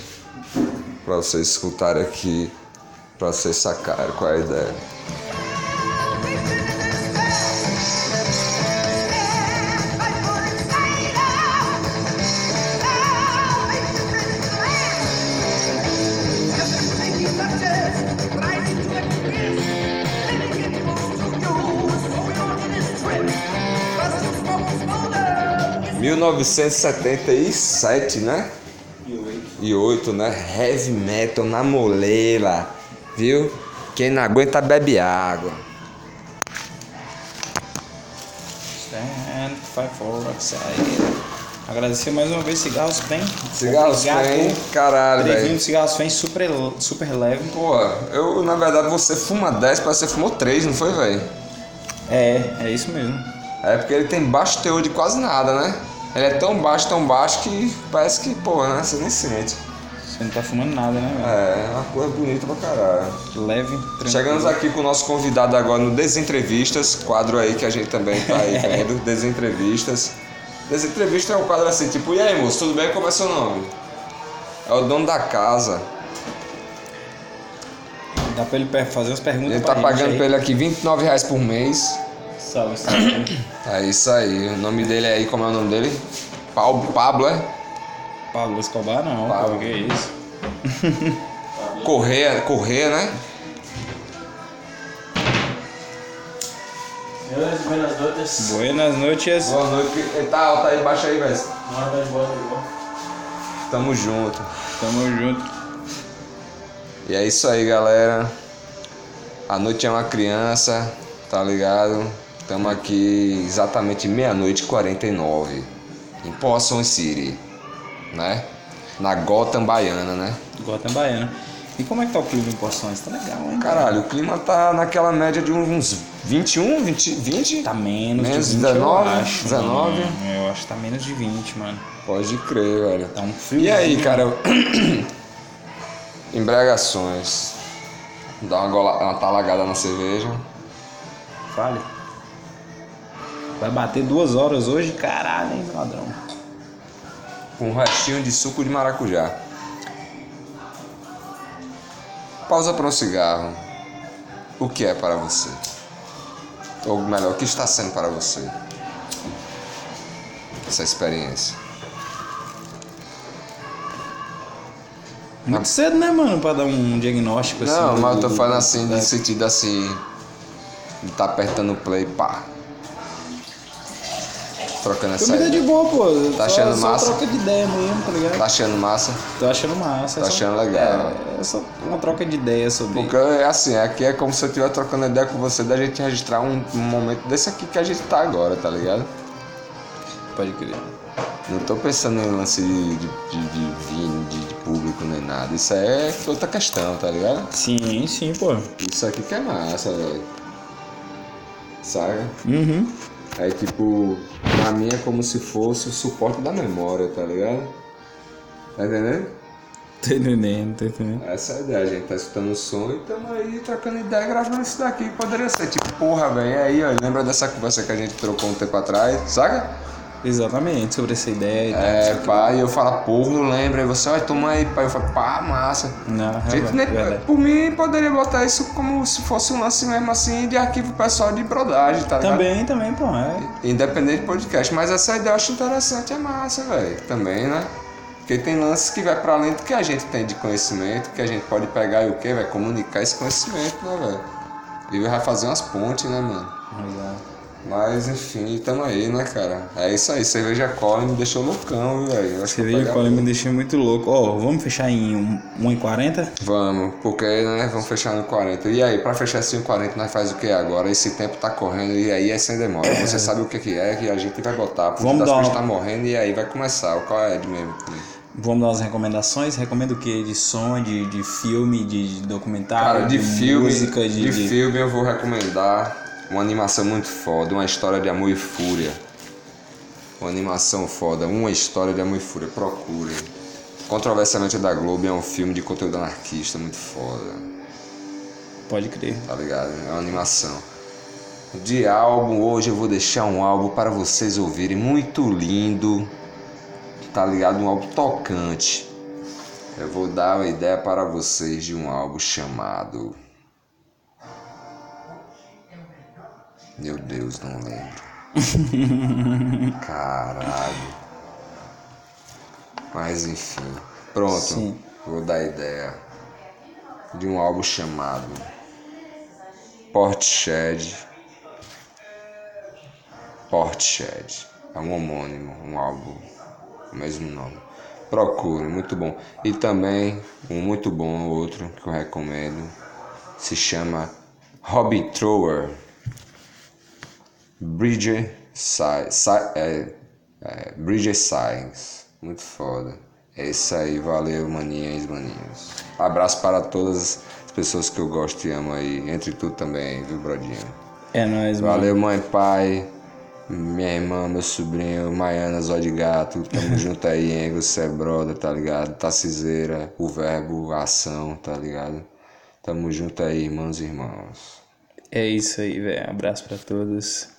Pra vocês escutarem aqui, pra vocês sacarem qual é a ideia. Yeah, but for inside out, 1977, né? E 8, né? Heavy metal na moleira, viu? Quem não aguenta bebe água. Stand five for outside. Agradecer mais uma vez Cigarros Pen. Cigarros Pen, caralho, Previnho velho. de Cigarros Pen super, super leve. Pô, eu, na verdade, você fuma 10, parece que você fumou 3, não foi, velho? É, é isso mesmo. É porque ele tem baixo teor de quase nada, né? Ele é tão baixo, tão baixo que parece que, pô, né? Você nem sente. Você não tá fumando nada, né, velho? É, uma coisa bonita pra caralho. Leve, tranquilo. Chegamos aqui com o nosso convidado agora no Desentrevistas, quadro aí que a gente também tá aí vendo, Desentrevistas. Desentrevista é um quadro assim, tipo, e aí moço, tudo bem? Como é seu nome? É o dono da casa. Dá pra ele per- fazer as perguntas Ele tá pra pagando gente pra aí. ele aqui 29 reais por mês. Salve, salve. É isso aí. O nome dele aí, como é o nome dele? Pau- Pablo, é? Pablo Escobar não, Pablo. pô, que isso. Correia, Correia, né? Senhoras e buenas noites. Buenas noites. Boa noite. Ele tá alto aí, baixa aí, velho. Uma hora das boas, igual. Tamo junto. Tamo junto. E é isso aí, galera. A noite é uma criança, tá ligado? Estamos aqui exatamente meia-noite e 49 em Poçon City, né? Na Gotham Baiana, né? Gotham Baiana. E como é que tá o clima em Poções? Tá legal, hein? Caralho, o clima tá naquela média de uns 21, 20, 20? Tá menos, Menos de 20, 19, eu acho. 19. Hum, eu acho que tá menos de 20, mano. Pode crer, velho. Tá um frio. E aí, cara? Embragações. Dá uma, gola... uma talagada na cerveja. Fale. Vai bater duas horas hoje? Caralho, hein, ladrão. com um restinho de suco de maracujá. Pausa para um cigarro. O que é para você? Ou melhor, o que está sendo para você? Essa experiência. Muito cedo, né, mano, pra dar um diagnóstico assim. Ah. Não, do- mas eu tô do- falando assim, da- no sentido assim. De tá apertando o play, pá. Trocando essa. Comida de boa, pô. Tá só, achando só massa? troca de ideia mesmo, tá ligado? Tá achando massa? Tô achando massa. é Tá só- achando legal. É, é só uma troca de ideia sobre... Porque é assim, aqui é como se eu estivesse trocando ideia com você da gente registrar um, um momento desse aqui que a gente tá agora, tá ligado? Pode crer. Não tô pensando em lance de, de, de, de vinho, de, de público nem nada. Isso aí é outra questão, tá ligado? Sim, sim, pô. Isso aqui que é massa, velho. Saca? Uhum. Aí tipo, pra mim é como se fosse o suporte da memória, tá ligado? Tá entendendo? Tô entendendo, tô entendendo. Essa é a ideia, a gente tá escutando o som e tamo aí trocando ideia gravando isso daqui. Poderia ser tipo, porra, velho, aí, ó, lembra dessa conversa que a gente trocou um tempo atrás, saca? Exatamente, sobre essa ideia e tal. É, pá, e eu falo, porra, não lembra. Aí você, vai, toma aí, pai. Eu falo, pá, massa. Não, A gente né? nem- é verdade. por mim, poderia botar isso como se fosse um lance mesmo assim de arquivo pessoal de brodagem, tá ligado? Também, também, pô. É. Independente de podcast. Mas essa ideia eu acho interessante, é massa, velho. Também, né? Porque tem lances que vai pra além do que a gente tem de conhecimento, que a gente pode pegar e o quê? Vai comunicar esse conhecimento, né, velho? E vai fazer umas pontes, né, mano? Exato. Mas enfim, tamo aí, né, cara? É isso aí, cerveja cola me deixou loucão, viu, velho. Eu acho que Você eu veio pegava- e falou, me deixou muito louco. Ó, vamos fechar em um- 1h40? Vamos, porque né, vamos fechar no 40. E aí, pra fechar esse 40, nós faz o que agora? Esse tempo tá correndo e aí é sem demora. Você sabe o que que é que a gente vai botar, porque Vamos das dar coisas uma- tá morrendo e aí vai começar. O qual é de mesmo? Vamos dar umas recomendações? Recomendo o quê? De som, de, de filme, Ah, de, de documentário, Cara, de filme, música, de, de filme eu vou recomendar uma animação muito foda, uma história de amor e fúria. Uma animação foda, uma história de amor e fúria, procurem. Controversialmente da Globo é um filme de conteúdo anarquista muito foda. Pode crer. tá ligado? É uma animação. De álbum, hoje eu vou deixar um álbum para vocês ouvirem, muito lindo, tá ligado? Um álbum tocante. Eu vou dar uma ideia para vocês de um álbum chamado. Meu Deus, não lembro. Caralho. Mas enfim. Pronto. Sim. Vou dar a ideia de um álbum chamado Portshed. Portshed. É um homônimo, um álbum, o mesmo nome. Procure, muito bom. E também um muito bom outro que eu recomendo se chama Hobby Thrower. Bridger Sai, Sai, é, é, Bridger Science. Muito foda. É isso aí, valeu, maninhas, maninhos. Abraço para todas as pessoas que eu gosto e amo aí. Entre tu também, viu, Brodinho? É nóis, mano. Valeu, mãe, pai, minha irmã, meu sobrinho, Maiana, Zó de Gato. Tamo junto aí, hein? Você é brother, tá ligado? Taciseira, o verbo, a ação, tá ligado? Tamo junto aí, irmãos e irmãos. É isso aí, velho. Abraço pra todos.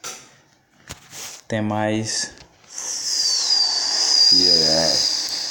Até mais. E é